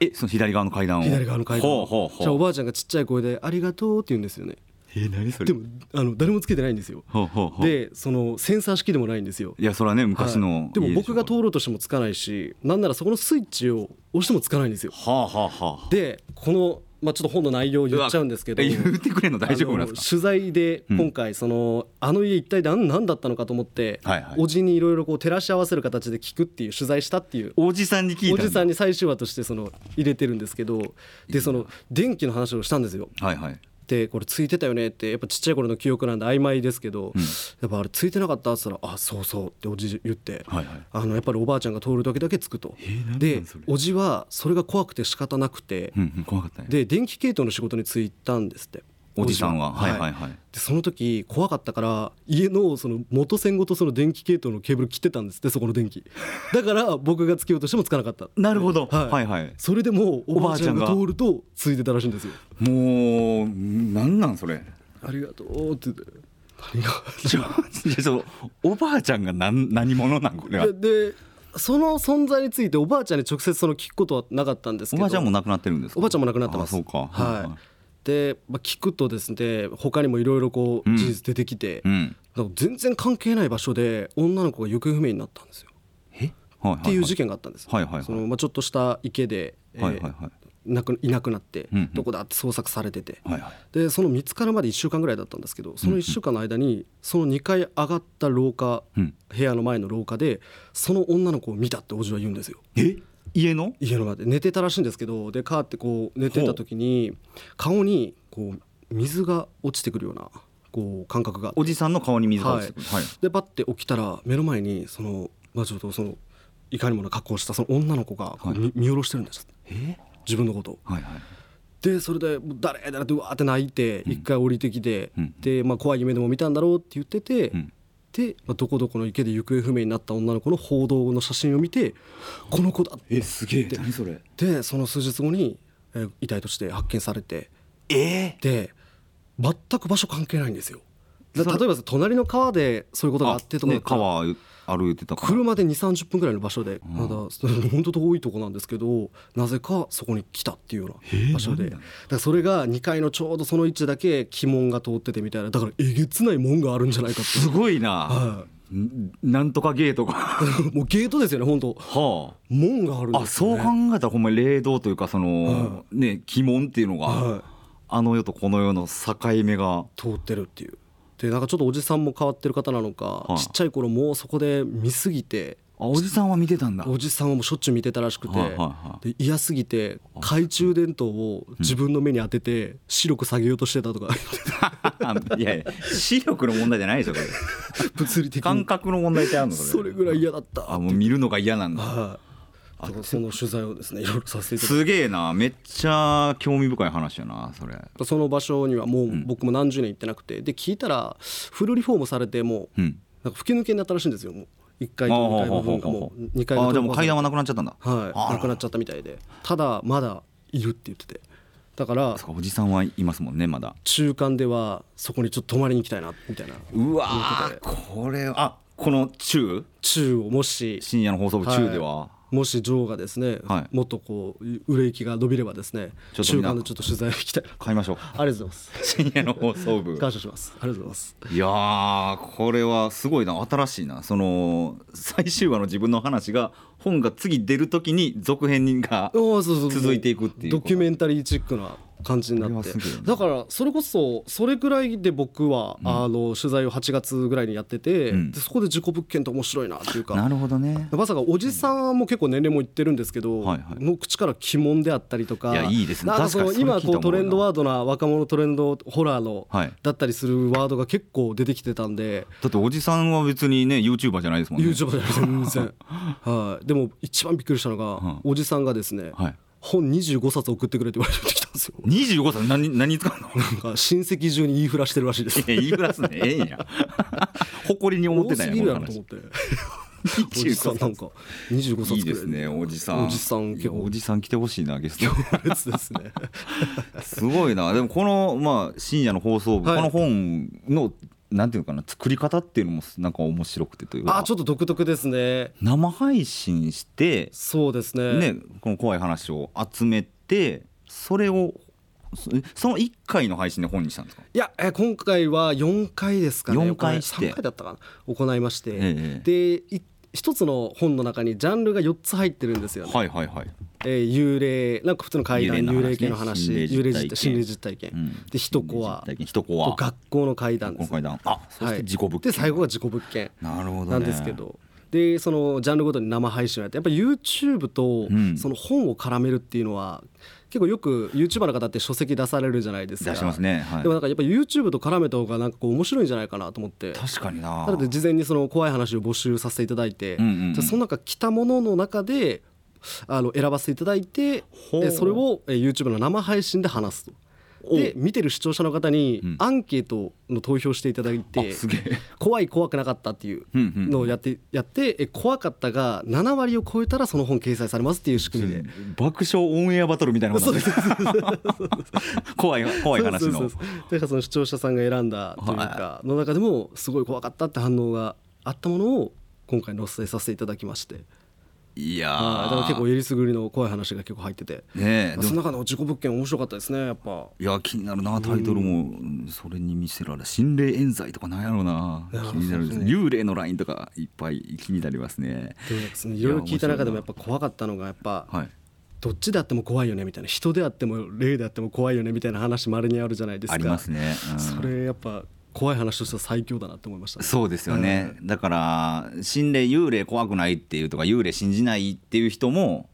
[SPEAKER 1] えその左側の階段を
[SPEAKER 2] 左側の階段
[SPEAKER 1] ほうほう
[SPEAKER 2] じゃあお
[SPEAKER 1] ほう
[SPEAKER 2] ばあちゃんがちっちゃい声で「ありがとう」って言うんですよね
[SPEAKER 1] え何それ
[SPEAKER 2] でもあの誰もつけてないんですよ
[SPEAKER 1] ほうほうほう
[SPEAKER 2] でそのセンサー式でもないんですよ
[SPEAKER 1] いやそれはね昔の、
[SPEAKER 2] はいでも僕が通ろうとしてもつかないしなんならそこのスイッチを押してもつかないんですよ
[SPEAKER 1] はあはあはあ
[SPEAKER 2] でこの、まあ、ちょっと本の内容を言っちゃうんですけど
[SPEAKER 1] え言ってくれんの大丈夫なん
[SPEAKER 2] あの
[SPEAKER 1] ですか
[SPEAKER 2] 取材で今回その、あの家一体何何だったのかと思って、
[SPEAKER 1] はいはい
[SPEAKER 2] おじにいろいろこう照らし合わせる形で聞くっていう取材したっていう
[SPEAKER 1] おじさんに聞いた
[SPEAKER 2] おじさん
[SPEAKER 1] に
[SPEAKER 2] に最終話としてその入れてるんですけどでその電気の話をしたんですよ
[SPEAKER 1] はいはい
[SPEAKER 2] でこれついてたよねってやっぱちっちゃい頃の記憶なんで曖昧ですけど、
[SPEAKER 1] ん
[SPEAKER 2] やっぱあれついてなかったって言ったら「あそうそう」っておじ言って、
[SPEAKER 1] はいはい
[SPEAKER 2] あのやっぱりおばあちゃんが通る時だけつくと、
[SPEAKER 1] ーなんな
[SPEAKER 2] で
[SPEAKER 1] んそれ
[SPEAKER 2] おじはそれが怖くて仕方なくて、
[SPEAKER 1] うんうん怖かったね
[SPEAKER 2] で電気系統の仕事に就いたんですって
[SPEAKER 1] おじさんははいはいはい
[SPEAKER 2] でその時怖かったから家のその元線ごとその電気系統のケーブル切ってたんですってそこの電気だから僕がつけようとしてもつかなかった
[SPEAKER 1] なるほど
[SPEAKER 2] はい
[SPEAKER 1] はいはい
[SPEAKER 2] それでもおばあちゃん
[SPEAKER 1] おばあ
[SPEAKER 2] が
[SPEAKER 1] ちゃんが
[SPEAKER 2] 通るとついてたらしいんですよ
[SPEAKER 1] もうなんなんそれ
[SPEAKER 2] ありがとうって言って何が
[SPEAKER 1] ちょいやそうおばあちゃんが何何者なんこれは
[SPEAKER 2] ででその存在についておばあちゃんに直接その聞くことはなかったんですけ
[SPEAKER 1] お
[SPEAKER 2] ど
[SPEAKER 1] ばあちゃんも亡くなってるんですか
[SPEAKER 2] おばあちゃんも亡くなってます
[SPEAKER 1] あそうか
[SPEAKER 2] はい、で、まあ、聞くとですね他にもいろいろこう
[SPEAKER 1] うん
[SPEAKER 2] 事実出てきて、
[SPEAKER 1] うん
[SPEAKER 2] なんか全然関係ない場所で女の子が行方不明になったんですよ
[SPEAKER 1] はいはいはい
[SPEAKER 2] っていう事件があったんです、
[SPEAKER 1] はいはいはい
[SPEAKER 2] そのまあ、ちょっとした池で、えー
[SPEAKER 1] はいはいはい
[SPEAKER 2] なくいなくなって、
[SPEAKER 1] うんうん
[SPEAKER 2] どこだって捜索されてて、
[SPEAKER 1] はいはい
[SPEAKER 2] でその見つかるまで1週間ぐらいだったんですけどその1週間の間にその2階上がった廊下、
[SPEAKER 1] うん
[SPEAKER 2] 部屋の前の廊下でその女の子を見たっておじは言うんですよ
[SPEAKER 1] え家の
[SPEAKER 2] 家の前で寝てたらしいんですけどでカーってこう寝てた時に顔にこう水が落ちてくるようなこう感覚があって
[SPEAKER 1] おじさんの顔に水が落ちてくるはい
[SPEAKER 2] でバッて起きたら目の前にそのまあちょっとそのいかにもな格好をしたその女の子がこう見,、見下ろしてるんです
[SPEAKER 1] え
[SPEAKER 2] 自分のことを
[SPEAKER 1] はいはい
[SPEAKER 2] でそれでもう誰誰ってうわーって泣いて一回降りてきて、
[SPEAKER 1] うん
[SPEAKER 2] で、まあ、怖い夢でも見たんだろうって言ってて、
[SPEAKER 1] ん
[SPEAKER 2] で、まあ、どこどこの池で行方不明になった女の子の報道の写真を見てこの子だ
[SPEAKER 1] えすげえ何それ
[SPEAKER 2] でその数日後に、えー遺体として発見されて
[SPEAKER 1] え
[SPEAKER 2] で全く場所関係ないんですよ。だ例えば隣の川でそういうことがあってとかだ
[SPEAKER 1] ね
[SPEAKER 2] ったら
[SPEAKER 1] 川歩いてたから
[SPEAKER 2] 車で2 3 0分ぐらいの場所でまだ本当遠いとこなんですけどなぜかそこに来たっていうような場所で、だからそれが2階のちょうどその位置だけ鬼門が通っててみたいなだからえげつない門があるんじゃないか
[SPEAKER 1] すごいな、
[SPEAKER 2] は
[SPEAKER 1] んなんとかゲートが
[SPEAKER 2] ってもうゲートですよね本当
[SPEAKER 1] は
[SPEAKER 2] 門があるん
[SPEAKER 1] あ
[SPEAKER 2] ですよ、ね、
[SPEAKER 1] あそう考えたらほんまに霊道というかその、ね鬼門っていうのが、
[SPEAKER 2] はい
[SPEAKER 1] あの世とこの世の境目が
[SPEAKER 2] 通ってるっていうでなんかちょっとおじさんも変わってる方なのか、
[SPEAKER 1] はい
[SPEAKER 2] ちっちゃい頃もうそこで見すぎて
[SPEAKER 1] あおじさんは見てたんだ
[SPEAKER 2] おじさんはもうしょっちゅう見てたらしくて、
[SPEAKER 1] はいはいはい
[SPEAKER 2] で嫌すぎて懐中電灯を自分の目に当てて白く下げようとしてたと か
[SPEAKER 1] いやいや視力の問題じゃないでしょこれ
[SPEAKER 2] 物理的
[SPEAKER 1] 感
[SPEAKER 2] に
[SPEAKER 1] 覚の問題ってあるの
[SPEAKER 2] それぐらい嫌だった
[SPEAKER 1] あもう見るのが嫌なんだ
[SPEAKER 2] はいだからその取材をですねいろいろさせていただい
[SPEAKER 1] すげえなめっちゃ興味深い話やなそれ
[SPEAKER 2] てその場所にはもう僕も何十年行ってなくてで聞いたらフルリフォームされてもう
[SPEAKER 1] うん
[SPEAKER 2] なんか吹き抜けになったらしいんですよもう1階と2階部分がもう2階
[SPEAKER 1] あ
[SPEAKER 2] が
[SPEAKER 1] あでも階段は
[SPEAKER 2] は、
[SPEAKER 1] なくなっちゃったんだあ
[SPEAKER 2] はい、
[SPEAKER 1] ら
[SPEAKER 2] なくなっちゃったみたいでただまだいるって言っててだから
[SPEAKER 1] そうかおじさんはいますもんねまだ
[SPEAKER 2] 中間ではそこにちょっと泊まりに行きたいなみたいな
[SPEAKER 1] うわーこれはあこの中
[SPEAKER 2] 中をもし
[SPEAKER 1] 深夜の放送部中では、
[SPEAKER 2] もしジョーがですね、
[SPEAKER 1] はい
[SPEAKER 2] もっとこう売れ行きが伸びればですね
[SPEAKER 1] ちょっと
[SPEAKER 2] 中
[SPEAKER 1] みんな
[SPEAKER 2] 間のちょっと取材に行きたいな
[SPEAKER 1] 買いましょう
[SPEAKER 2] ありがとうございます
[SPEAKER 1] 深夜の放送部
[SPEAKER 2] 感謝しますありがとうございます
[SPEAKER 1] いやーこれはすごいな新しいなその最終話の自分の話が本が次出るときに続編が
[SPEAKER 2] おーそうそう
[SPEAKER 1] 続いていくっていうこ
[SPEAKER 2] ド
[SPEAKER 1] と
[SPEAKER 2] キュメンタリーチックな感じになっ
[SPEAKER 1] これ
[SPEAKER 2] て
[SPEAKER 1] はすごいね
[SPEAKER 2] だからそれこそそれぐらいで僕は、あの取材を8月ぐらいにやってて、
[SPEAKER 1] うん
[SPEAKER 2] でそこで事故物件って面白いなっていうか
[SPEAKER 1] なるほどね
[SPEAKER 2] まさかおじさんも結構年齢もいってるんですけど、
[SPEAKER 1] はいはい
[SPEAKER 2] もう口から鬼門であったりとか
[SPEAKER 1] いやいいですね
[SPEAKER 2] なんかその
[SPEAKER 1] 確かにそれ聞い
[SPEAKER 2] 今
[SPEAKER 1] たもん
[SPEAKER 2] こう
[SPEAKER 1] な
[SPEAKER 2] トレンドワードな若者トレンドホラーの、
[SPEAKER 1] はい
[SPEAKER 2] だったりするワードが結構出てきてたんで、
[SPEAKER 1] だっておじさんは別にね YouTuber じゃないですもんね
[SPEAKER 2] YouTube じゃない全 然はいでも一番びっくりしたのが、
[SPEAKER 1] ん
[SPEAKER 2] おじさんがですね、
[SPEAKER 1] はい
[SPEAKER 2] 本25冊送ってくれって言われてきたんです よ
[SPEAKER 1] 25歳何何に使うの
[SPEAKER 2] なんか親戚中に言いふらしてるらしいです
[SPEAKER 1] いや言いふらすねええんや誇りに思っ
[SPEAKER 2] 多
[SPEAKER 1] てた
[SPEAKER 2] す
[SPEAKER 1] ん
[SPEAKER 2] ぎ
[SPEAKER 1] やこ
[SPEAKER 2] るや
[SPEAKER 1] の
[SPEAKER 2] ろと
[SPEAKER 1] 話
[SPEAKER 2] 思っておじさんなんか25冊くら
[SPEAKER 1] いいですねおじさん
[SPEAKER 2] おじさん結
[SPEAKER 1] いやお
[SPEAKER 2] 構
[SPEAKER 1] じさん来てほしいなゲスト
[SPEAKER 2] 別ですね
[SPEAKER 1] すごい なでもこの、まあ、深夜の放送部、
[SPEAKER 2] はい
[SPEAKER 1] この本のなんていうのかな作り方っていうのもなんか面白くてというか
[SPEAKER 2] あちょっと独特ですね
[SPEAKER 1] 生配信して、
[SPEAKER 2] そうですね
[SPEAKER 1] ね、この怖い話を集めてそれをそその1回の配信で本にしたんですか、
[SPEAKER 2] いや、えー今回は4回ですかね
[SPEAKER 1] 4回して
[SPEAKER 2] 3回だったかな行いまして、
[SPEAKER 1] ええ
[SPEAKER 2] でい一つの本の中にジャンルが4つ入ってるんですよね、
[SPEAKER 1] はいはいはい、
[SPEAKER 2] えー幽霊なんか普通の怪談
[SPEAKER 1] 幽霊の話
[SPEAKER 2] 幽
[SPEAKER 1] ね心
[SPEAKER 2] 霊系の話幽
[SPEAKER 1] 霊実
[SPEAKER 2] 霊
[SPEAKER 1] 体験
[SPEAKER 2] 実体心霊実体験、
[SPEAKER 1] うん
[SPEAKER 2] で一コア
[SPEAKER 1] 実体験一コ
[SPEAKER 2] と
[SPEAKER 1] ア
[SPEAKER 2] 学校の怪談で
[SPEAKER 1] 今
[SPEAKER 2] す、
[SPEAKER 1] 回だあそして自己物件、
[SPEAKER 2] で最後が事故物件
[SPEAKER 1] なるほど、ね、
[SPEAKER 2] なんですけど、でそのジャンルごとに生配信をやってやっぱ YouTube と
[SPEAKER 1] うん
[SPEAKER 2] その本を絡めるっていうのは結構よく YouTuber の方って書籍出されるじゃないですか
[SPEAKER 1] 出しますね、はい
[SPEAKER 2] でもなんかやっぱ YouTube と絡めた方がなんかこう面白いんじゃないかなと思って
[SPEAKER 1] 確かにな
[SPEAKER 2] なので事前にその怖い話を募集させていただいて、
[SPEAKER 1] うんうんうん
[SPEAKER 2] じゃあその中来たものの中であの選ばせていただいて
[SPEAKER 1] ほう
[SPEAKER 2] えそれをえ YouTube の生配信で話すと。で見てる視聴者の方
[SPEAKER 1] うん
[SPEAKER 2] にアンケートの投票していただいて、
[SPEAKER 1] あすげえ
[SPEAKER 2] 怖い怖くなかったっていう
[SPEAKER 1] うんうん
[SPEAKER 2] のをやってやってえ怖かったが7割を超えたらその本掲載されますっていう仕組みで。
[SPEAKER 1] 爆笑オンエアバトルみたいなことなんだ 怖い怖い話
[SPEAKER 2] そうそ
[SPEAKER 1] の
[SPEAKER 2] うそうだからその視聴者さんが選んだというかの中でもすごい怖かったって反応があったものを今回載せさせていただきまして
[SPEAKER 1] いや
[SPEAKER 2] あ
[SPEAKER 1] ー
[SPEAKER 2] だから結構えりすぐりの怖い話が結構入ってて、
[SPEAKER 1] ねえで
[SPEAKER 2] そ
[SPEAKER 1] も
[SPEAKER 2] の中の自己物件面白かったですねやっぱ
[SPEAKER 1] いや気になるなタイトルもうんそれに見せられ心霊冤罪とかなんやろうない気
[SPEAKER 2] や
[SPEAKER 1] になるですね幽霊のラインとかいっぱい気になりますね
[SPEAKER 2] でもなんかそのいろいろ聞いた中でもやっぱ怖かったのがやっぱ、
[SPEAKER 1] はい
[SPEAKER 2] どっちであっても怖いよねみたいな人であっても霊であっても怖いよねみたいな話まれにあるじゃないですか
[SPEAKER 1] ありますね、うん
[SPEAKER 2] それやっぱ怖い話としては最強だなって思いました、
[SPEAKER 1] そうですよね、だから心霊幽霊怖くないっていうとか幽霊信じないっていう人も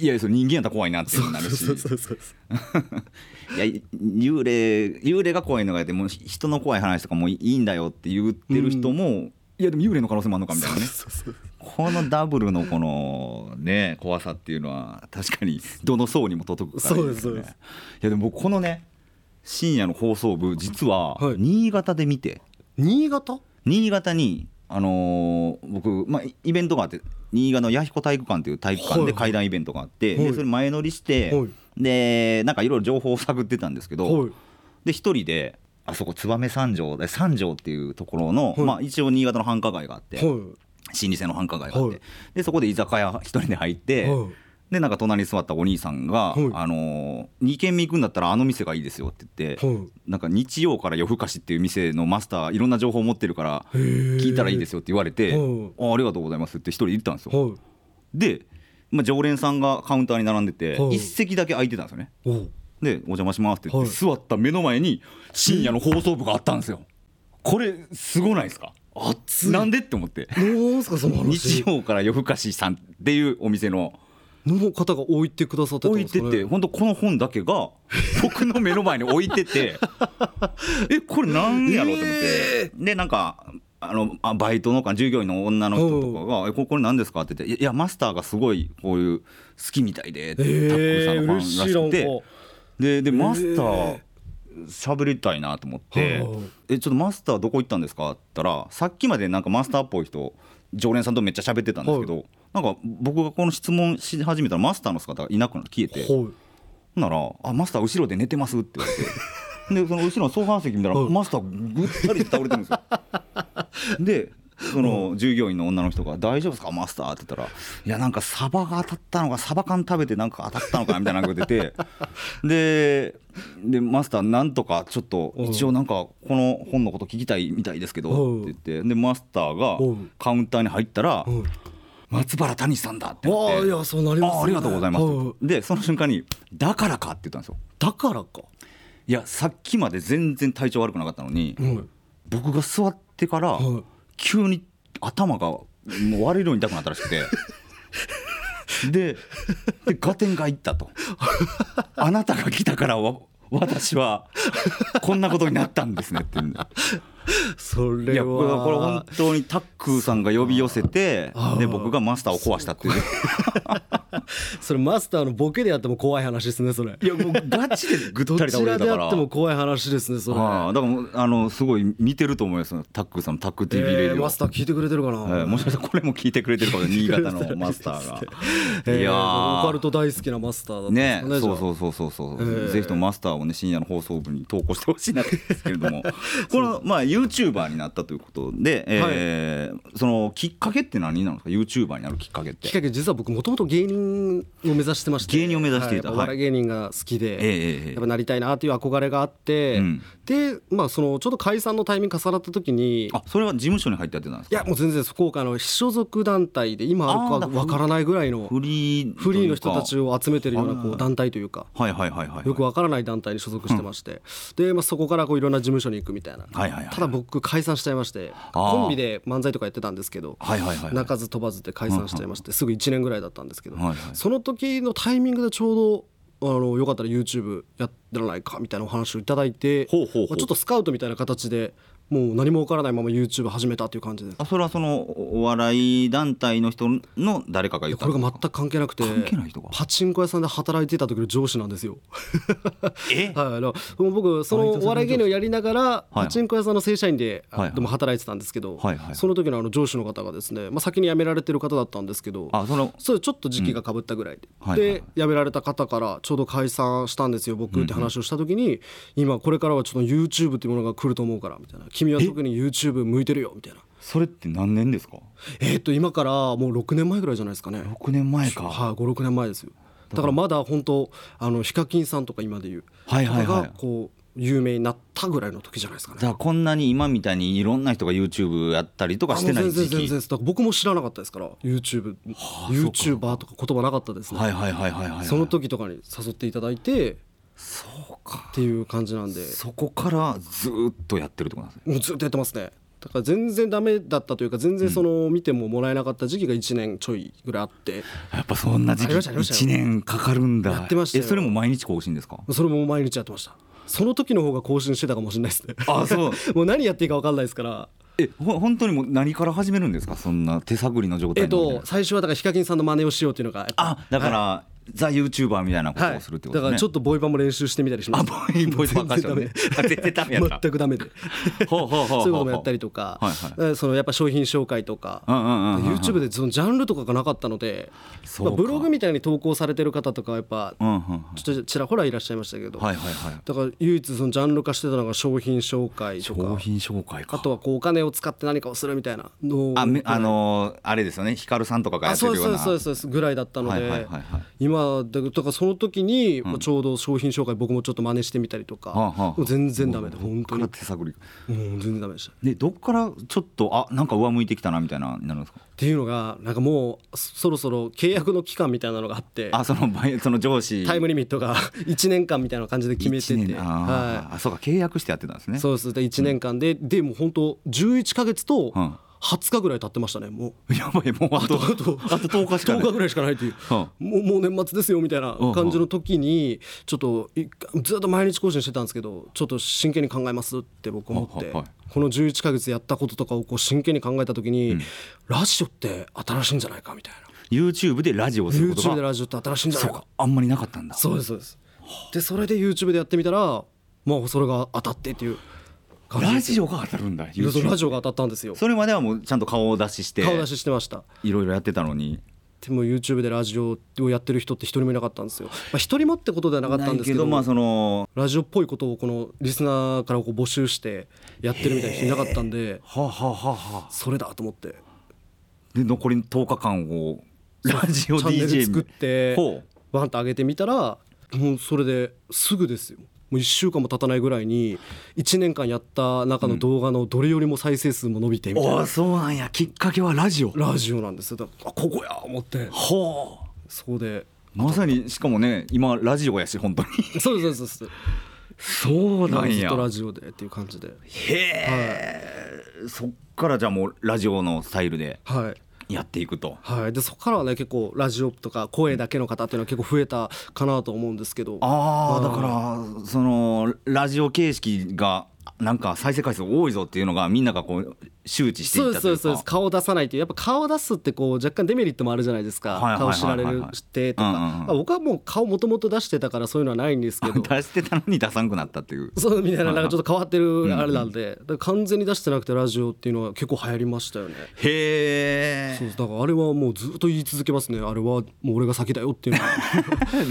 [SPEAKER 1] いやそれ人間やったら怖いなっていうのになるし
[SPEAKER 2] そうそうそうそう
[SPEAKER 1] いや幽霊幽霊が怖いのがでもひ人の怖い話とかもいいんだよって言ってる人も、いやでも幽霊の可能性もあるのかみたいなね
[SPEAKER 2] そうそう
[SPEAKER 1] このダブルのこのね怖さっていうのは確かにどの層にも届くからいいよ
[SPEAKER 2] そうですそうです
[SPEAKER 1] いやでも僕このね深夜の放送部実は
[SPEAKER 2] はい
[SPEAKER 1] 新潟で見て、
[SPEAKER 2] 新潟
[SPEAKER 1] 新潟にあのー僕、まあ、イイベントがあって新潟の弥彦体育館という体育館
[SPEAKER 2] は
[SPEAKER 1] で
[SPEAKER 2] いはい
[SPEAKER 1] 会談イベントがあって、
[SPEAKER 2] は
[SPEAKER 1] で
[SPEAKER 2] い
[SPEAKER 1] それ前乗りして、
[SPEAKER 2] はい
[SPEAKER 1] でなんかいろいろ情報を探ってたんですけど、
[SPEAKER 2] はい
[SPEAKER 1] で一人であそこ燕三条で三条っていうところの、
[SPEAKER 2] はい
[SPEAKER 1] まあ、一応新潟の繁華街があって、
[SPEAKER 2] はい
[SPEAKER 1] 老舗の繁華街があって、
[SPEAKER 2] はい
[SPEAKER 1] でそこで居酒屋一人で入って、
[SPEAKER 2] はい
[SPEAKER 1] でなんか隣に座ったお兄さんが「
[SPEAKER 2] はい
[SPEAKER 1] あのー、2軒目行くんだったらあの店がいいですよ」って言って、
[SPEAKER 2] はい
[SPEAKER 1] なんか日曜から夜更かしっていう店のマスターいろんな情報持ってるから聞いたらいいですよって言われて「
[SPEAKER 2] はい
[SPEAKER 1] あありがとうございます」って一人で行ったんですよ。
[SPEAKER 2] はい
[SPEAKER 1] で、まあ、常連さんがカウンターに並んでて、
[SPEAKER 2] はい
[SPEAKER 1] 一席だけ空いてたんですよね。
[SPEAKER 2] おう
[SPEAKER 1] で「お邪魔します」って言って、座った目の前に深夜の放送部があったんですよ。これすごないですか
[SPEAKER 2] 熱い
[SPEAKER 1] なんでって思っ て
[SPEAKER 2] なんすかその
[SPEAKER 1] 日
[SPEAKER 2] 話
[SPEAKER 1] 曜から夜更かしさんっていうお店の
[SPEAKER 2] の方が置いてくださってたん
[SPEAKER 1] 置
[SPEAKER 2] で
[SPEAKER 1] い
[SPEAKER 2] す
[SPEAKER 1] て
[SPEAKER 2] かね
[SPEAKER 1] て本当この本だけ が僕の目の前に置いててえこれなんやろうと思って、でなんかあのあバイトのか従業員の女の人とかが「えここれ何ですか?」って言って「いやいやマスターがすごいこういう好きみたいで」ってタックルさんのファンらしくて。ででマスター喋りたいなと思って
[SPEAKER 2] はあ
[SPEAKER 1] 「えちょっとマスターどこ行ったんですか?」って言ったらさっきまでなんかマスターっぽい人常連さんとめっちゃ喋ってたんですけど、なんか僕がこの質問し始めたらマスターの姿がいなくなって消えて
[SPEAKER 2] ほう
[SPEAKER 1] ほんなら「あマスター後ろで寝てます」って言わ れてでその後ろのソファー席見たら、
[SPEAKER 2] はい
[SPEAKER 1] マスターぐったり倒れてるんですよ でその従業員の女の人が「大丈夫ですかマスター」って言ったら「いやなんかサバが当たったのかサバ缶食べてなんか当たったのか」みたいなのが出てででマスターなんとかちょっと一応なんかこの本のこと聞きたいみたいですけどって言ってでマスターが
[SPEAKER 2] うん
[SPEAKER 1] カウンターに入ったら
[SPEAKER 2] うん
[SPEAKER 1] 「松原谷さんだ」って
[SPEAKER 2] あ
[SPEAKER 1] な
[SPEAKER 2] あ
[SPEAKER 1] っ
[SPEAKER 2] い
[SPEAKER 1] て
[SPEAKER 2] やそうなりますよ
[SPEAKER 1] あ
[SPEAKER 2] ね
[SPEAKER 1] ありがとうございます
[SPEAKER 2] は」
[SPEAKER 1] でその瞬間に「だからか」って言ったんですよ。
[SPEAKER 2] だからか、
[SPEAKER 1] いやさっきまで全然体調悪くなかったのに、
[SPEAKER 2] うん、
[SPEAKER 1] 僕が座ってから
[SPEAKER 2] はい
[SPEAKER 1] 急に頭がもう割れるように痛くなったらしく てででガテンがいったとあなたが来たからわ私はこんなことになったんですねって 言うんだ
[SPEAKER 2] そ
[SPEAKER 1] い
[SPEAKER 2] れ
[SPEAKER 1] やこれこれ
[SPEAKER 2] は
[SPEAKER 1] 本当にタックーさんが呼び寄せて
[SPEAKER 2] あー
[SPEAKER 1] で僕がマスターを壊したっていう
[SPEAKER 2] それマスターのボケでやっても怖い話ですねそれ
[SPEAKER 1] いやもうガチでぐ
[SPEAKER 2] ど
[SPEAKER 1] ったり倒
[SPEAKER 2] ち
[SPEAKER 1] れ
[SPEAKER 2] ら
[SPEAKER 1] た
[SPEAKER 2] で
[SPEAKER 1] か
[SPEAKER 2] あ
[SPEAKER 1] ら
[SPEAKER 2] っても怖い話ですねそれ
[SPEAKER 1] あーだからもうあのすごい見てると思いますよタックーさんのタック TV レデ
[SPEAKER 2] え
[SPEAKER 1] ィ
[SPEAKER 2] ー
[SPEAKER 1] オ
[SPEAKER 2] マスター聞いてくれてるかな、
[SPEAKER 1] はいもしかしたらこれも聞いてくれてるかも 新潟のマスターが。
[SPEAKER 2] えー
[SPEAKER 1] いや
[SPEAKER 2] オカ
[SPEAKER 1] ー
[SPEAKER 2] ルト大好きなマスターだったんで
[SPEAKER 1] ね
[SPEAKER 2] すかね
[SPEAKER 1] そうそううそうそうそう、
[SPEAKER 2] ー
[SPEAKER 1] ぜひともマスターをね深夜の放送部に投稿してほしいなってですけれど もこのまあ YouTuber になったということで、えーそのきっかけって何なのですか YouTuber になるきっかけっ。
[SPEAKER 2] きってかけ実は僕もともと芸人を目指してまして
[SPEAKER 1] 芸人を目指していた
[SPEAKER 2] はお笑い芸人が好きで、
[SPEAKER 1] ええええええ
[SPEAKER 2] やっぱなりたいなという憧れがあって、
[SPEAKER 1] うん
[SPEAKER 2] でまあそのちょうど解散のタイミング重なった時に
[SPEAKER 1] あそれは事務所に入ってやってたんです
[SPEAKER 2] い
[SPEAKER 1] か
[SPEAKER 2] やもう全然福岡の非所属団体で今あ
[SPEAKER 1] あーだ
[SPEAKER 2] るか
[SPEAKER 1] から
[SPEAKER 2] わからないぐらいの
[SPEAKER 1] フリーというか
[SPEAKER 2] フリーの人たちを集めてるようなこ
[SPEAKER 1] あー
[SPEAKER 2] う団体というか
[SPEAKER 1] はいはいはいはい
[SPEAKER 2] よくわからない団体に所属してまして、で、まあ、そこからこういろんな事務所に行くみたいな、
[SPEAKER 1] はいはいはい
[SPEAKER 2] ただ僕解散しちゃいまして
[SPEAKER 1] あー
[SPEAKER 2] コンビで漫才とかやってたんですけど、
[SPEAKER 1] はいはいはい
[SPEAKER 2] 泣かず飛ばずで解散しちゃいまして、すぐ1年ぐらいだったんですけど、
[SPEAKER 1] はいはい
[SPEAKER 2] その時のタイミングでちょうどあのよかったら YouTube やらないかみたいなお話をいただいて
[SPEAKER 1] ほうほうほう
[SPEAKER 2] まあちょっとスカウトみたいな形でもう何もわからないまま YouTube 始めたっていう感じで
[SPEAKER 1] あそれはそのお笑い団体の人の誰かが言った
[SPEAKER 2] これが全く関係なくて
[SPEAKER 1] 関係ない人が
[SPEAKER 2] パチンコ屋さんで働いてた時の上司なんですよ。
[SPEAKER 1] え
[SPEAKER 2] はい、だからもう僕そのお笑い芸人をやりながら
[SPEAKER 1] はい
[SPEAKER 2] パチンコ屋さんの正社員で、
[SPEAKER 1] はいはい
[SPEAKER 2] でも働いてたんですけど、
[SPEAKER 1] はいはい
[SPEAKER 2] その時のあの上司の方がですね、まあ、先に辞められてる方だったんですけど
[SPEAKER 1] あその
[SPEAKER 2] そうちょっと時期がかぶったぐらいで、
[SPEAKER 1] うんはいはいは
[SPEAKER 2] で辞められた方からちょうど解散したんですよ僕って話をした時に、今これからはちょっと YouTube っていうものが来ると思うからみたいな君は特に YouTube 向いてるよみたいな
[SPEAKER 1] それって何年ですか
[SPEAKER 2] えーっと今からもう6年前ぐらいじゃないですかね
[SPEAKER 1] 6年前か
[SPEAKER 2] はい、5、6年前ですよ。だからまだ本当あのヒカキンさんとか今で言う、
[SPEAKER 1] はいはいはい
[SPEAKER 2] とかがこう有名になったぐらいの時じゃないですかね
[SPEAKER 1] だ。からこんなに今みたいにいろんな人が YouTube やったりとかしてな
[SPEAKER 2] あの
[SPEAKER 1] い
[SPEAKER 2] 全
[SPEAKER 1] 時
[SPEAKER 2] 然全
[SPEAKER 1] 期
[SPEAKER 2] 然ですだから僕も知らなかったですから YouTube、YouTuber とか言葉なかったですね、
[SPEAKER 1] はいはいはいはいはい
[SPEAKER 2] その時とかに誘っていただいて
[SPEAKER 1] そうか
[SPEAKER 2] っていう感じなんで
[SPEAKER 1] そこからずーっとやってるってことなんですね
[SPEAKER 2] もうずっとやってますねだから全然ダメだったというか全然その見てももらえなかった時期が1年ちょいぐらいあって
[SPEAKER 1] やっぱそんな時
[SPEAKER 2] ありましたありました
[SPEAKER 1] 期1年かかるんだ
[SPEAKER 2] やってましたよ
[SPEAKER 1] えそれも毎日更新です か
[SPEAKER 2] それも毎日やってましたその時の方が更新してたかもしれないですね
[SPEAKER 1] あそう
[SPEAKER 2] もう何やっていいか分かんないですから
[SPEAKER 1] えほ本当にもう何から始めるんですかそんな手探りの状
[SPEAKER 2] え
[SPEAKER 1] 態
[SPEAKER 2] っ
[SPEAKER 1] で
[SPEAKER 2] と、最初はだからヒカキンさんの真似をしようっていうのがやっぱ
[SPEAKER 1] あだから、ザ・ユーチューバーみたいなこと
[SPEAKER 2] は
[SPEAKER 1] を
[SPEAKER 2] い
[SPEAKER 1] するってこ
[SPEAKER 2] だ
[SPEAKER 1] と
[SPEAKER 2] か
[SPEAKER 1] で
[SPEAKER 2] らち
[SPEAKER 1] す
[SPEAKER 2] ょ
[SPEAKER 1] ね
[SPEAKER 2] っとボイパも練習してみたりしま
[SPEAKER 1] あ
[SPEAKER 2] す
[SPEAKER 1] ボイボイスばっかし
[SPEAKER 2] 全
[SPEAKER 1] ね
[SPEAKER 2] 然
[SPEAKER 1] あ 絶対ダメやった
[SPEAKER 2] 全くダメで
[SPEAKER 1] ほうほうほうほ
[SPEAKER 2] そうういうこともやったりとか
[SPEAKER 1] はいはい、
[SPEAKER 2] えーそのやっぱ商品紹介とか、
[SPEAKER 1] うんうんうんうんうん
[SPEAKER 2] YouTube でそのジャンルとかがなかったので、
[SPEAKER 1] そう
[SPEAKER 2] まあ
[SPEAKER 1] か
[SPEAKER 2] ブログみたいに投稿されてる方とかはやっぱ
[SPEAKER 1] うんうんうん
[SPEAKER 2] ちょっとちらほらいらっしゃいましたけど、
[SPEAKER 1] はいはいはい
[SPEAKER 2] だから唯一そのジャンル化してたのが商品紹介と
[SPEAKER 1] 商
[SPEAKER 2] か、
[SPEAKER 1] 品紹介か
[SPEAKER 2] あとはこうお金を使って何かをするみたいなのを
[SPEAKER 1] あめあのーあれですよねヒカルさんとかがや
[SPEAKER 2] あ
[SPEAKER 1] って
[SPEAKER 2] そう
[SPEAKER 1] る
[SPEAKER 2] で
[SPEAKER 1] よう
[SPEAKER 2] すそう
[SPEAKER 1] な
[SPEAKER 2] ですそうですそうですぐらいだったの
[SPEAKER 1] はいはいはい
[SPEAKER 2] で
[SPEAKER 1] はい
[SPEAKER 2] 今だだからその時にまあちょうど商品紹介僕もちょっと真似してみたりと
[SPEAKER 1] はあはあ
[SPEAKER 2] かもう全然ダメで本当
[SPEAKER 1] か
[SPEAKER 2] に
[SPEAKER 1] ら
[SPEAKER 2] も
[SPEAKER 1] 手探り
[SPEAKER 2] う全然ダメでしたっ
[SPEAKER 1] でどっからちょっとあなんか上向いてきたなみたいなになるんですか
[SPEAKER 2] ていうのがなんかもうそそろそろ契約の期間みたいなのがあって
[SPEAKER 1] あその 場合その上司
[SPEAKER 2] タイムリミットが 1年間みたいな感じで決めて
[SPEAKER 1] 一
[SPEAKER 2] て
[SPEAKER 1] 年あー、
[SPEAKER 2] は
[SPEAKER 1] あそうか契約してやってたんですね
[SPEAKER 2] いそうですで1年間ででもう本当11か月と
[SPEAKER 1] うん
[SPEAKER 2] 20日ぐらい経ってましたねもう。
[SPEAKER 1] やばいもうあと
[SPEAKER 2] あと
[SPEAKER 1] あと10日しか
[SPEAKER 2] 10
[SPEAKER 1] ない
[SPEAKER 2] 日ぐらいしかないという、
[SPEAKER 1] は
[SPEAKER 2] もうもう年末ですよみたいな感じの時にちょっといずっと毎日更新してたんですけどちょっと真剣に考えますって僕思って、
[SPEAKER 1] はいはい
[SPEAKER 2] この11ヶ月やったこととかをこう真剣に考えた時に、ラジオって新しいんじゃないかみたい
[SPEAKER 1] YouTube でラジオを
[SPEAKER 2] な
[SPEAKER 1] すること
[SPEAKER 2] YouTube で
[SPEAKER 1] が
[SPEAKER 2] ラジオって新しいんじゃな
[SPEAKER 1] そ
[SPEAKER 2] いうか
[SPEAKER 1] かあんまりなかったんだ
[SPEAKER 2] そうですそうですでそれで YouTube でやってみたらまあそれが当たってっていう感じ
[SPEAKER 1] ラ
[SPEAKER 2] です
[SPEAKER 1] ジ
[SPEAKER 2] よ
[SPEAKER 1] オが当たるんだ
[SPEAKER 2] そう
[SPEAKER 1] YouTube
[SPEAKER 2] ラジオが当たったんですよ
[SPEAKER 1] それまではもうちゃんと顔出しして
[SPEAKER 2] 顔出ししてました
[SPEAKER 1] いろいろやってたのに
[SPEAKER 2] でも YouTube でラジオをやってる人って一人もいなかったんですよまあ、一人もってことではなかったんですけど
[SPEAKER 1] まあその
[SPEAKER 2] ラジオっぽいことをこのリスナーからこう募集してやってるみたいな人いなかったんで
[SPEAKER 1] はあ、はあはあはあ、
[SPEAKER 2] それだと思って
[SPEAKER 1] で残りの10日間をラジオ
[SPEAKER 2] チャンネル
[SPEAKER 1] DJ
[SPEAKER 2] 作って
[SPEAKER 1] ほう
[SPEAKER 2] バンと上げてみたらもうそれですぐですよもう1週間も経たないぐらいに1年間やった中の動画のどれよりも再生数も伸びてみたいな、
[SPEAKER 1] ああそうなんやきっかけはラジオ
[SPEAKER 2] ラジオなんですよだからあここや思って
[SPEAKER 1] ほう
[SPEAKER 2] そこで
[SPEAKER 1] まさにしかもね今ラジオやし本当に
[SPEAKER 2] そうですそうですそうです
[SPEAKER 1] そう
[SPEAKER 2] ずっとラジオでっていう感じで
[SPEAKER 1] へえ、そっからじゃあもうラジオのスタイルで
[SPEAKER 2] はい
[SPEAKER 1] やっていくと
[SPEAKER 2] はい、でそこからはね結構ラジオとか声だけの方っていうのは結構増えたかなと思うんですけど
[SPEAKER 1] ああ
[SPEAKER 2] うん
[SPEAKER 1] だからそのラジオ形式がなんか再生回数多いぞっていうのがみんながこう周知して
[SPEAKER 2] そ
[SPEAKER 1] いうっ
[SPEAKER 2] で
[SPEAKER 1] た
[SPEAKER 2] すそ
[SPEAKER 1] と
[SPEAKER 2] う
[SPEAKER 1] いう
[SPEAKER 2] ですそうです
[SPEAKER 1] か
[SPEAKER 2] 顔出さないっていうやっぱ顔出すってこう若干デメリットもあるじゃないですか、
[SPEAKER 1] はいはいはいはい
[SPEAKER 2] 顔知られるしてとか、
[SPEAKER 1] うんうんうん
[SPEAKER 2] まあ僕はもう顔もともと出してたからそういうのはないんですけど
[SPEAKER 1] 出してたのに出さんくなったっていう
[SPEAKER 2] そうみたいななんかちょっと変わってるあれなんで、だから完全に出してなくてラジオっていうのは結構流行りましたよね
[SPEAKER 1] へ
[SPEAKER 2] そう
[SPEAKER 1] え
[SPEAKER 2] ですだからあれはもうずっと言い続けますねあれはもう俺が先だよっていうのは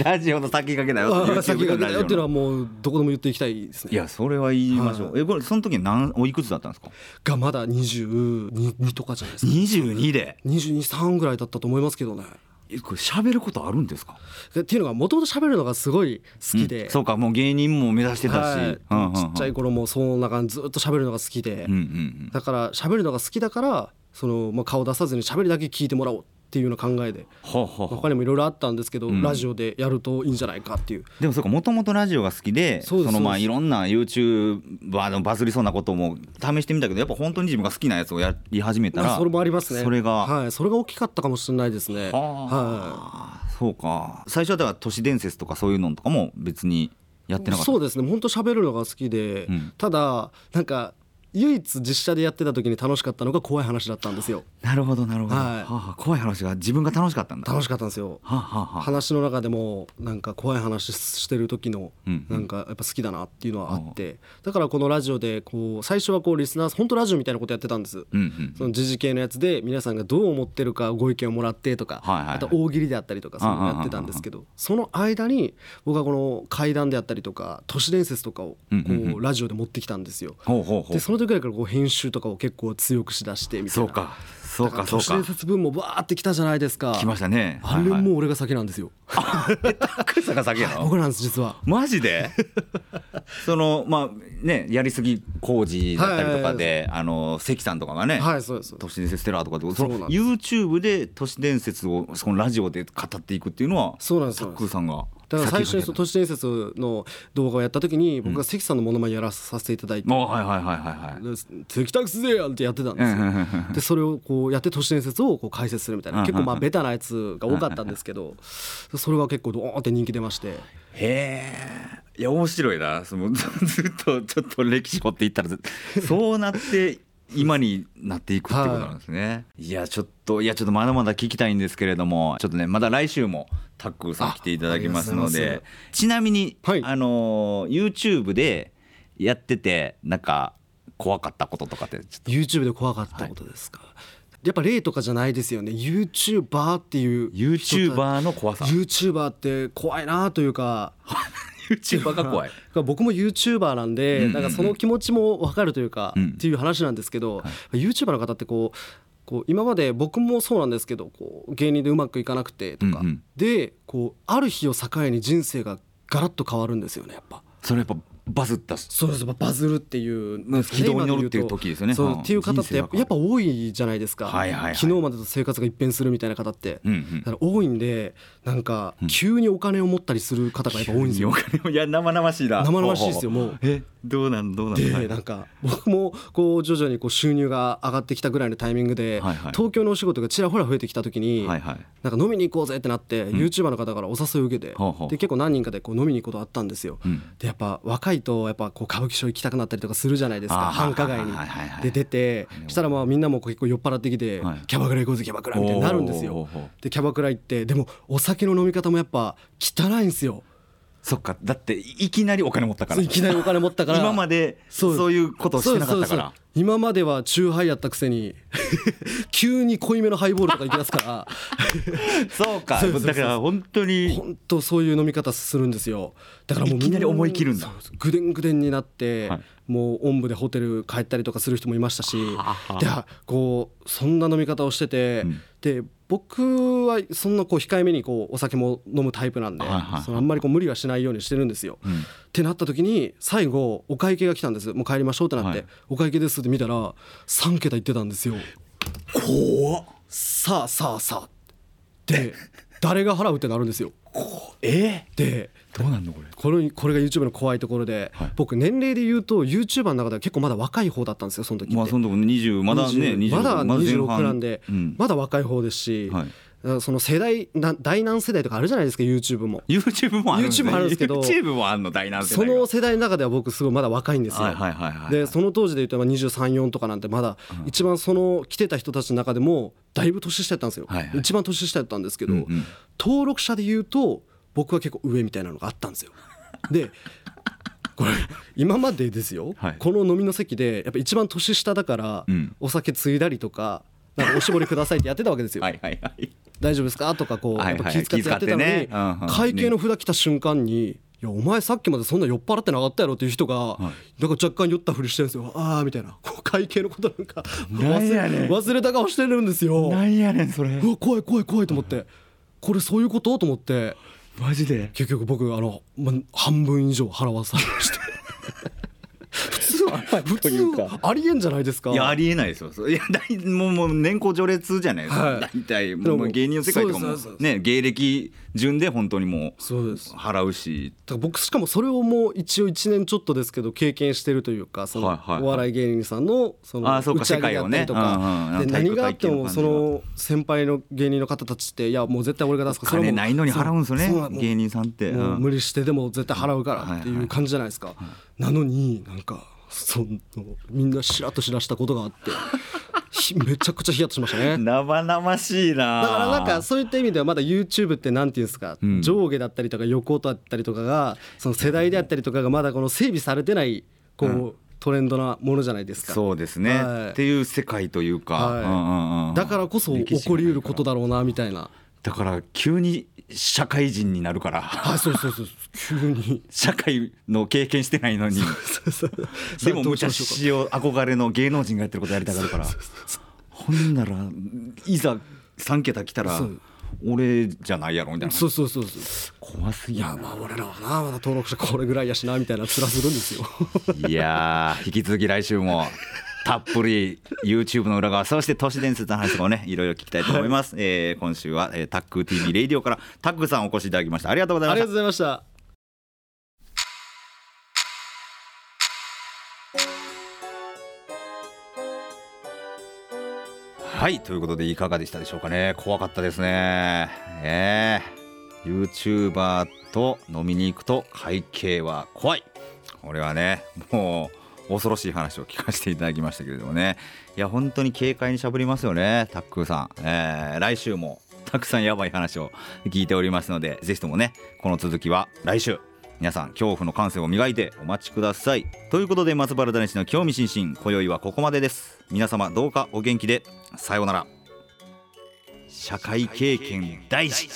[SPEAKER 1] ラジオの先駆けだよ
[SPEAKER 2] あ
[SPEAKER 1] YouTube
[SPEAKER 2] ー先
[SPEAKER 1] の
[SPEAKER 2] がだよって
[SPEAKER 1] ラジ
[SPEAKER 2] いうの
[SPEAKER 1] オの
[SPEAKER 2] はもうどこでも言っていきたいですね
[SPEAKER 1] いやそれは言いましょう、えこれその時何おいくつだったんですか
[SPEAKER 2] がまだ22とかじゃないですか
[SPEAKER 1] 22で
[SPEAKER 2] 223ぐらいだったと思いますけどね
[SPEAKER 1] えこれ喋ることあるんですか
[SPEAKER 2] でっていうのがもともと喋るのがすごい好きで、
[SPEAKER 1] うんそうかもう芸人も目指してたし、
[SPEAKER 2] はい
[SPEAKER 1] うんうんうん
[SPEAKER 2] ちっちゃい頃もそんな感じずっと喋るのが好きで、
[SPEAKER 1] うんうんうん
[SPEAKER 2] だから喋るのが好きだからその、まあ、顔出さずに喋りだけ聞いてもらおうっていうような考えで
[SPEAKER 1] ほうほうほう
[SPEAKER 2] 他にもいろいろあったんですけど、
[SPEAKER 1] ん
[SPEAKER 2] ラジオでやるといいんじゃないかっていう
[SPEAKER 1] でもそうかもともとラジオが好きで
[SPEAKER 2] そうです
[SPEAKER 1] のまあ
[SPEAKER 2] そうです
[SPEAKER 1] いろんな YouTuber のバズりそうなことも試してみたけどやっぱ本当に自分が好きなやつをやり始めた
[SPEAKER 2] ま
[SPEAKER 1] ら
[SPEAKER 2] あそれもありますね
[SPEAKER 1] それが、
[SPEAKER 2] はい、それが大きかったかもしれないですねは
[SPEAKER 1] あーそうか最初はだから都市伝説とかそういうのとかも別にやって
[SPEAKER 2] い
[SPEAKER 1] なかった
[SPEAKER 2] そうですね本当喋るのが好きで、
[SPEAKER 1] うん
[SPEAKER 2] ただなんか唯一実写でやってた時に楽しかったのが怖い話だったんですよ
[SPEAKER 1] なるほどなるほど、
[SPEAKER 2] はい
[SPEAKER 1] はあはあ怖い話が自分が楽しかったんだ
[SPEAKER 2] 楽しかったんですよ
[SPEAKER 1] はあはあはあ
[SPEAKER 2] 話の中でもなんか怖い話してる時の
[SPEAKER 1] うんうん
[SPEAKER 2] なんかやっぱ好きだなっていうのはあってだからこのラジオでこう最初はこうリスナー本当ラジオみたいなことやってたんです。
[SPEAKER 1] うんうん
[SPEAKER 2] その時事系のやつで皆さんがどう思ってるかご意見をもらってとか
[SPEAKER 1] はいはいはい
[SPEAKER 2] あと大喜利であったりとかそういうのやってたんですけどその間に僕はこの怪談であったりとか都市伝説とかを
[SPEAKER 1] うん
[SPEAKER 2] こ
[SPEAKER 1] うんうん
[SPEAKER 2] うラジオで持ってきたんですよ。
[SPEAKER 1] ほうほうほう
[SPEAKER 2] でその時ぐらいからこう編集とかを結構強くしだしてみたい
[SPEAKER 1] そう
[SPEAKER 2] な
[SPEAKER 1] かそう
[SPEAKER 2] だ
[SPEAKER 1] か
[SPEAKER 2] ら
[SPEAKER 1] そ
[SPEAKER 2] 都
[SPEAKER 1] う
[SPEAKER 2] 市伝
[SPEAKER 1] か
[SPEAKER 2] 説分もバーってきたじゃないですか
[SPEAKER 1] 来ましたね
[SPEAKER 2] あれもう俺が先なんですよ
[SPEAKER 1] クサが先や ろ
[SPEAKER 2] 僕なんです実は
[SPEAKER 1] マジで そのまあねやりすぎ工事だったりとかで、あの関さんとかがね、
[SPEAKER 2] はいそうです
[SPEAKER 1] 都市伝説テラーとかでそ
[SPEAKER 2] そうなん
[SPEAKER 1] の
[SPEAKER 2] で
[SPEAKER 1] YouTube で都市伝説をそのラジオで語っていくっていうのは
[SPEAKER 2] そうなんです
[SPEAKER 1] タ
[SPEAKER 2] そう
[SPEAKER 1] ッ
[SPEAKER 2] なん
[SPEAKER 1] ク
[SPEAKER 2] で
[SPEAKER 1] ー
[SPEAKER 2] す
[SPEAKER 1] さんが
[SPEAKER 2] だから最初にそ
[SPEAKER 1] 先
[SPEAKER 2] の
[SPEAKER 1] 駆
[SPEAKER 2] 都市伝説の動画をやった時に僕が関さんのモノマネやらさせていただい
[SPEAKER 1] け
[SPEAKER 2] て
[SPEAKER 1] たあはいはいはいはいはい
[SPEAKER 2] で「敵対すぜやん!」ってやってたんです
[SPEAKER 1] うんうん
[SPEAKER 2] よ
[SPEAKER 1] うんうん
[SPEAKER 2] でそれをこうやって都市伝説をこう解説するみたいな結構まあベタなやつが多かったんですけどそれが結構ドーンって人気出まして
[SPEAKER 1] へえいや面白いなその ずっとちょっと歴史掘っていったらずそうなって今になっていくってことなんですね、い、やちょっといやちょっとまだまだ聞きたいんですけれどもちょっとねまだ来週もタックーさん来ていただきますの
[SPEAKER 2] あありがとうござい
[SPEAKER 1] で
[SPEAKER 2] ま
[SPEAKER 1] ちなみに、
[SPEAKER 2] はい
[SPEAKER 1] あのー YouTube でやっててなんか怖かったこととかってちょっと
[SPEAKER 2] YouTube で怖かったことですかやっぱ例とかじゃないですよね YouTuber っていう人た
[SPEAKER 1] YouTuber の怖さ
[SPEAKER 2] YouTuber って怖いなというか
[SPEAKER 1] YouTuber が怖い
[SPEAKER 2] 僕も YouTuber なんで、
[SPEAKER 1] うんうんうん
[SPEAKER 2] なんかその気持ちも分かるというか、
[SPEAKER 1] うん
[SPEAKER 2] っていう話なんですけど、YouTuber の方ってこうこう今まで僕もそうなんですけどこう芸人でうまくいかなくてとか、
[SPEAKER 1] うんうん
[SPEAKER 2] でこうある日を境に人生がガラッと変わるんですよねやっぱ。
[SPEAKER 1] それやっぱバズった
[SPEAKER 2] そうですバズるっていう、
[SPEAKER 1] うん軌道に乗るっていう時ですよね
[SPEAKER 2] そう
[SPEAKER 1] うん
[SPEAKER 2] っていう方ってや
[SPEAKER 1] 人生が変
[SPEAKER 2] っぱ
[SPEAKER 1] わる
[SPEAKER 2] やっぱ多いじゃないですか、
[SPEAKER 1] はいはいはい
[SPEAKER 2] 昨日までと生活が一変するみたいな方って、
[SPEAKER 1] うんうん
[SPEAKER 2] だから多いんでなんか急にお金を持ったりする方がやっぱ多いんですよ、
[SPEAKER 1] お金を いや生々しいな
[SPEAKER 2] 生々しいですよもう
[SPEAKER 1] えどうなんどうなんは
[SPEAKER 2] で
[SPEAKER 1] い
[SPEAKER 2] なんか僕もこう徐々にこう収入が上がってきたぐらいのタイミングで
[SPEAKER 1] はいはい
[SPEAKER 2] 東京のお仕事がちらほら増えてきた時に
[SPEAKER 1] はいはい
[SPEAKER 2] なんか飲みに行こうぜってなってユーチューバーの方からお誘いを受けて
[SPEAKER 1] ほうほう
[SPEAKER 2] で結構何人かでこう飲みに行くことあったんですよ
[SPEAKER 1] うん。
[SPEAKER 2] でやっぱ若いとやっぱこう歌舞伎町行きたくなったりとかするじゃないです
[SPEAKER 1] あー
[SPEAKER 2] か繁華街に
[SPEAKER 1] はいはいはい
[SPEAKER 2] で出てしたらまあみんなもこう結構酔っ払ってきて
[SPEAKER 1] はい
[SPEAKER 2] キャバクラ行こうぜキャバクラみたいになるんです
[SPEAKER 1] おー
[SPEAKER 2] よ
[SPEAKER 1] ほうほう
[SPEAKER 2] でキャバクラ行ってでもお酒の飲み方もやっぱ汚いんですよ
[SPEAKER 1] そっかだっていきなりお金持ったから
[SPEAKER 2] いきなりお金持ったか ら
[SPEAKER 1] 今まで
[SPEAKER 2] そう
[SPEAKER 1] そういうことをしてなかったか
[SPEAKER 2] そうそう
[SPEAKER 1] ら
[SPEAKER 2] そう今まではチューハイやったくせに 急に濃いめのハイボールとか行き出 すから
[SPEAKER 1] そうか
[SPEAKER 2] そうそうそう
[SPEAKER 1] だから本当に
[SPEAKER 2] 本当そういう飲み方するんですよだからもう
[SPEAKER 1] いきなり思い切るんだ
[SPEAKER 2] そうそうぐでんぐでんになって、
[SPEAKER 1] はい
[SPEAKER 2] もうおんぶでホテル帰ったりとかする人もいましたし
[SPEAKER 1] はあはあ
[SPEAKER 2] でこうそんな飲み方をしてて、
[SPEAKER 1] うん
[SPEAKER 2] で僕はそんなこう控えめにこうお酒も飲むタイプなんで、
[SPEAKER 1] はいはいはい
[SPEAKER 2] そのあんまりこう無理はしないようにしてるんですよ。
[SPEAKER 1] うん
[SPEAKER 2] ってなった時に最後お会計が来たんですもう帰りましょうってなって、
[SPEAKER 1] はい
[SPEAKER 2] お会計ですって見たら3桁いってたんですよ。
[SPEAKER 1] 怖っ
[SPEAKER 2] さあさあさあ で誰が払うってなるんですよ。
[SPEAKER 1] え
[SPEAKER 2] で
[SPEAKER 1] どうなんのこれ
[SPEAKER 2] これこれが YouTube の怖いところで、
[SPEAKER 1] はい
[SPEAKER 2] 僕年齢で言うと YouTuber の中では結構まだ若い方だったんですよその時って、
[SPEAKER 1] まあそのとこ20まだね
[SPEAKER 2] 20
[SPEAKER 1] 26
[SPEAKER 2] まだ26
[SPEAKER 1] 前半
[SPEAKER 2] なんで、
[SPEAKER 1] うん
[SPEAKER 2] まだ若い方ですし、
[SPEAKER 1] はい
[SPEAKER 2] その世代な第何世代とかあるじゃないですか YouTube も
[SPEAKER 1] YouTube もあるんです
[SPEAKER 2] YouTube もあるんですけど
[SPEAKER 1] YouTube もあるの大難世
[SPEAKER 2] そ
[SPEAKER 1] 代
[SPEAKER 2] の
[SPEAKER 1] が
[SPEAKER 2] 世代の中では僕すごいまだ若いんですよ、
[SPEAKER 1] はいはいはいはい
[SPEAKER 2] でその当時で言うとまあ234とかなんてまだ一番その来てた人たちの中でもだいぶ年下やったんですよ、
[SPEAKER 1] はいはい
[SPEAKER 2] 一番年下やったんですけ
[SPEAKER 1] う
[SPEAKER 2] ど、
[SPEAKER 1] んうん
[SPEAKER 2] 登録者で言うと僕は結構上みたいなのがあった んですよ。でこれ今までですよ、
[SPEAKER 1] はい
[SPEAKER 2] この飲みの席でやっぱ一番年下だから、
[SPEAKER 1] うん
[SPEAKER 2] お酒ついだりとか。なんかおしぼりくださいってやってたわけですよ、
[SPEAKER 1] はいはいはい
[SPEAKER 2] 大丈夫ですかとかこう
[SPEAKER 1] はいは
[SPEAKER 2] や
[SPEAKER 1] い
[SPEAKER 2] っぱ気遣ってやってたのに、
[SPEAKER 1] 気遣ってねうんうん
[SPEAKER 2] 会計の札来た瞬間に「いやお前さっきまでそんな酔っ払ってなかったやろ」っていう人が、なんか若干酔ったふりしてるんですよ「ああ」みたいなこう会計のことなんか
[SPEAKER 1] なんや
[SPEAKER 2] 忘
[SPEAKER 1] ね
[SPEAKER 2] れ
[SPEAKER 1] ん
[SPEAKER 2] 忘れた顔してるんですよ。
[SPEAKER 1] なんやねんそれ
[SPEAKER 2] うわ怖い怖い怖いと思ってこれそういうことと思って
[SPEAKER 1] マジで
[SPEAKER 2] 結局僕あの、ま、半分以上払わされ ました普通は普
[SPEAKER 1] という
[SPEAKER 2] 通
[SPEAKER 1] か
[SPEAKER 2] ありえんじゃないですか
[SPEAKER 1] いやありえないですよそういや大もうもう年功序列じゃないですか、
[SPEAKER 2] はい
[SPEAKER 1] 大体
[SPEAKER 2] で
[SPEAKER 1] も
[SPEAKER 2] も
[SPEAKER 1] うもう芸人の世界とか
[SPEAKER 2] そう
[SPEAKER 1] も
[SPEAKER 2] ですそうです
[SPEAKER 1] ね芸歴順で本当にも
[SPEAKER 2] そうです
[SPEAKER 1] う
[SPEAKER 2] だか
[SPEAKER 1] 払うし
[SPEAKER 2] ら僕しかもそれをもう一応1年ちょっとですけど経験してるというかそ
[SPEAKER 1] はいはいは
[SPEAKER 2] の
[SPEAKER 1] い
[SPEAKER 2] お笑い芸人さんのその
[SPEAKER 1] あそうか
[SPEAKER 2] 打ち上げだったりと
[SPEAKER 1] 世界をねうんう
[SPEAKER 2] か
[SPEAKER 1] ん
[SPEAKER 2] で
[SPEAKER 1] 体
[SPEAKER 2] 何
[SPEAKER 1] 育
[SPEAKER 2] があっても
[SPEAKER 1] 体
[SPEAKER 2] そ
[SPEAKER 1] 育の感
[SPEAKER 2] の先輩の芸人の方たちっていやもう絶対俺が出すからそれ
[SPEAKER 1] 金
[SPEAKER 2] はもう
[SPEAKER 1] ないのに払うんですよ
[SPEAKER 2] そうそうな
[SPEAKER 1] ね
[SPEAKER 2] の
[SPEAKER 1] 芸人さんって、
[SPEAKER 2] もう
[SPEAKER 1] うん
[SPEAKER 2] 無理してでも絶対払うからっていう感じじゃないですか、なのになんかそのみんなしらっとしらしたことがあってひめちゃくちゃヒヤッとしましたね
[SPEAKER 1] 生々しいな
[SPEAKER 2] だからなんかそういった意味ではまだ YouTube ってなんていうんですか、
[SPEAKER 1] ん
[SPEAKER 2] 上下だったりとか横だったりとかがその世代であったりとかがまだこの整備されてないこう、トレンドなものじゃないですか
[SPEAKER 1] そうですね、
[SPEAKER 2] はい
[SPEAKER 1] っていう世界というか、
[SPEAKER 2] はい
[SPEAKER 1] うんうんうん
[SPEAKER 2] だからこそ
[SPEAKER 1] 歴史
[SPEAKER 2] 起
[SPEAKER 1] がな
[SPEAKER 2] こ
[SPEAKER 1] い
[SPEAKER 2] りうることだろうなみたいな
[SPEAKER 1] だから急に社会人になるから
[SPEAKER 2] あそうそうそうそう 急に
[SPEAKER 1] 社会の経験してないのにでも無茶しよう憧れの芸能人がやってることやりたがるからほんならいざ3桁来たら
[SPEAKER 2] そう
[SPEAKER 1] 俺じゃないやろみたいな
[SPEAKER 2] そうそうそうそう
[SPEAKER 1] 怖すぎ
[SPEAKER 2] いや
[SPEAKER 1] や
[SPEAKER 2] まあ俺らはなまだ登録者これぐらいやしなみたいな面するんです よ
[SPEAKER 1] いやー引き続き来週 もたっぷり YouTube の裏側そして都市伝説の話とかもねいろいろ聞きたいと思います、えー今週は、えー、タック TV レイディオからタックさんお越しいただきましたありがとうござい
[SPEAKER 2] あ
[SPEAKER 1] ま
[SPEAKER 2] り
[SPEAKER 1] した
[SPEAKER 2] がとうございました
[SPEAKER 1] はいということでいかがでしたでしょうかね怖かったですねええ YouTuber と飲みに行くと会計は怖いこれはねもう恐ろしい話を聞かせていただきましたけれどもねいや本当に軽快にしゃぶりますよねタックーさん、ええ来週もたくさんやばい話を聞いておりますのでぜひともねこの続きは来週皆さん恐怖の感性を磨いてお待ちくださいということで松原谷氏の興味津々今宵はここまでです皆様どうかお元気でさようなら社会経験大事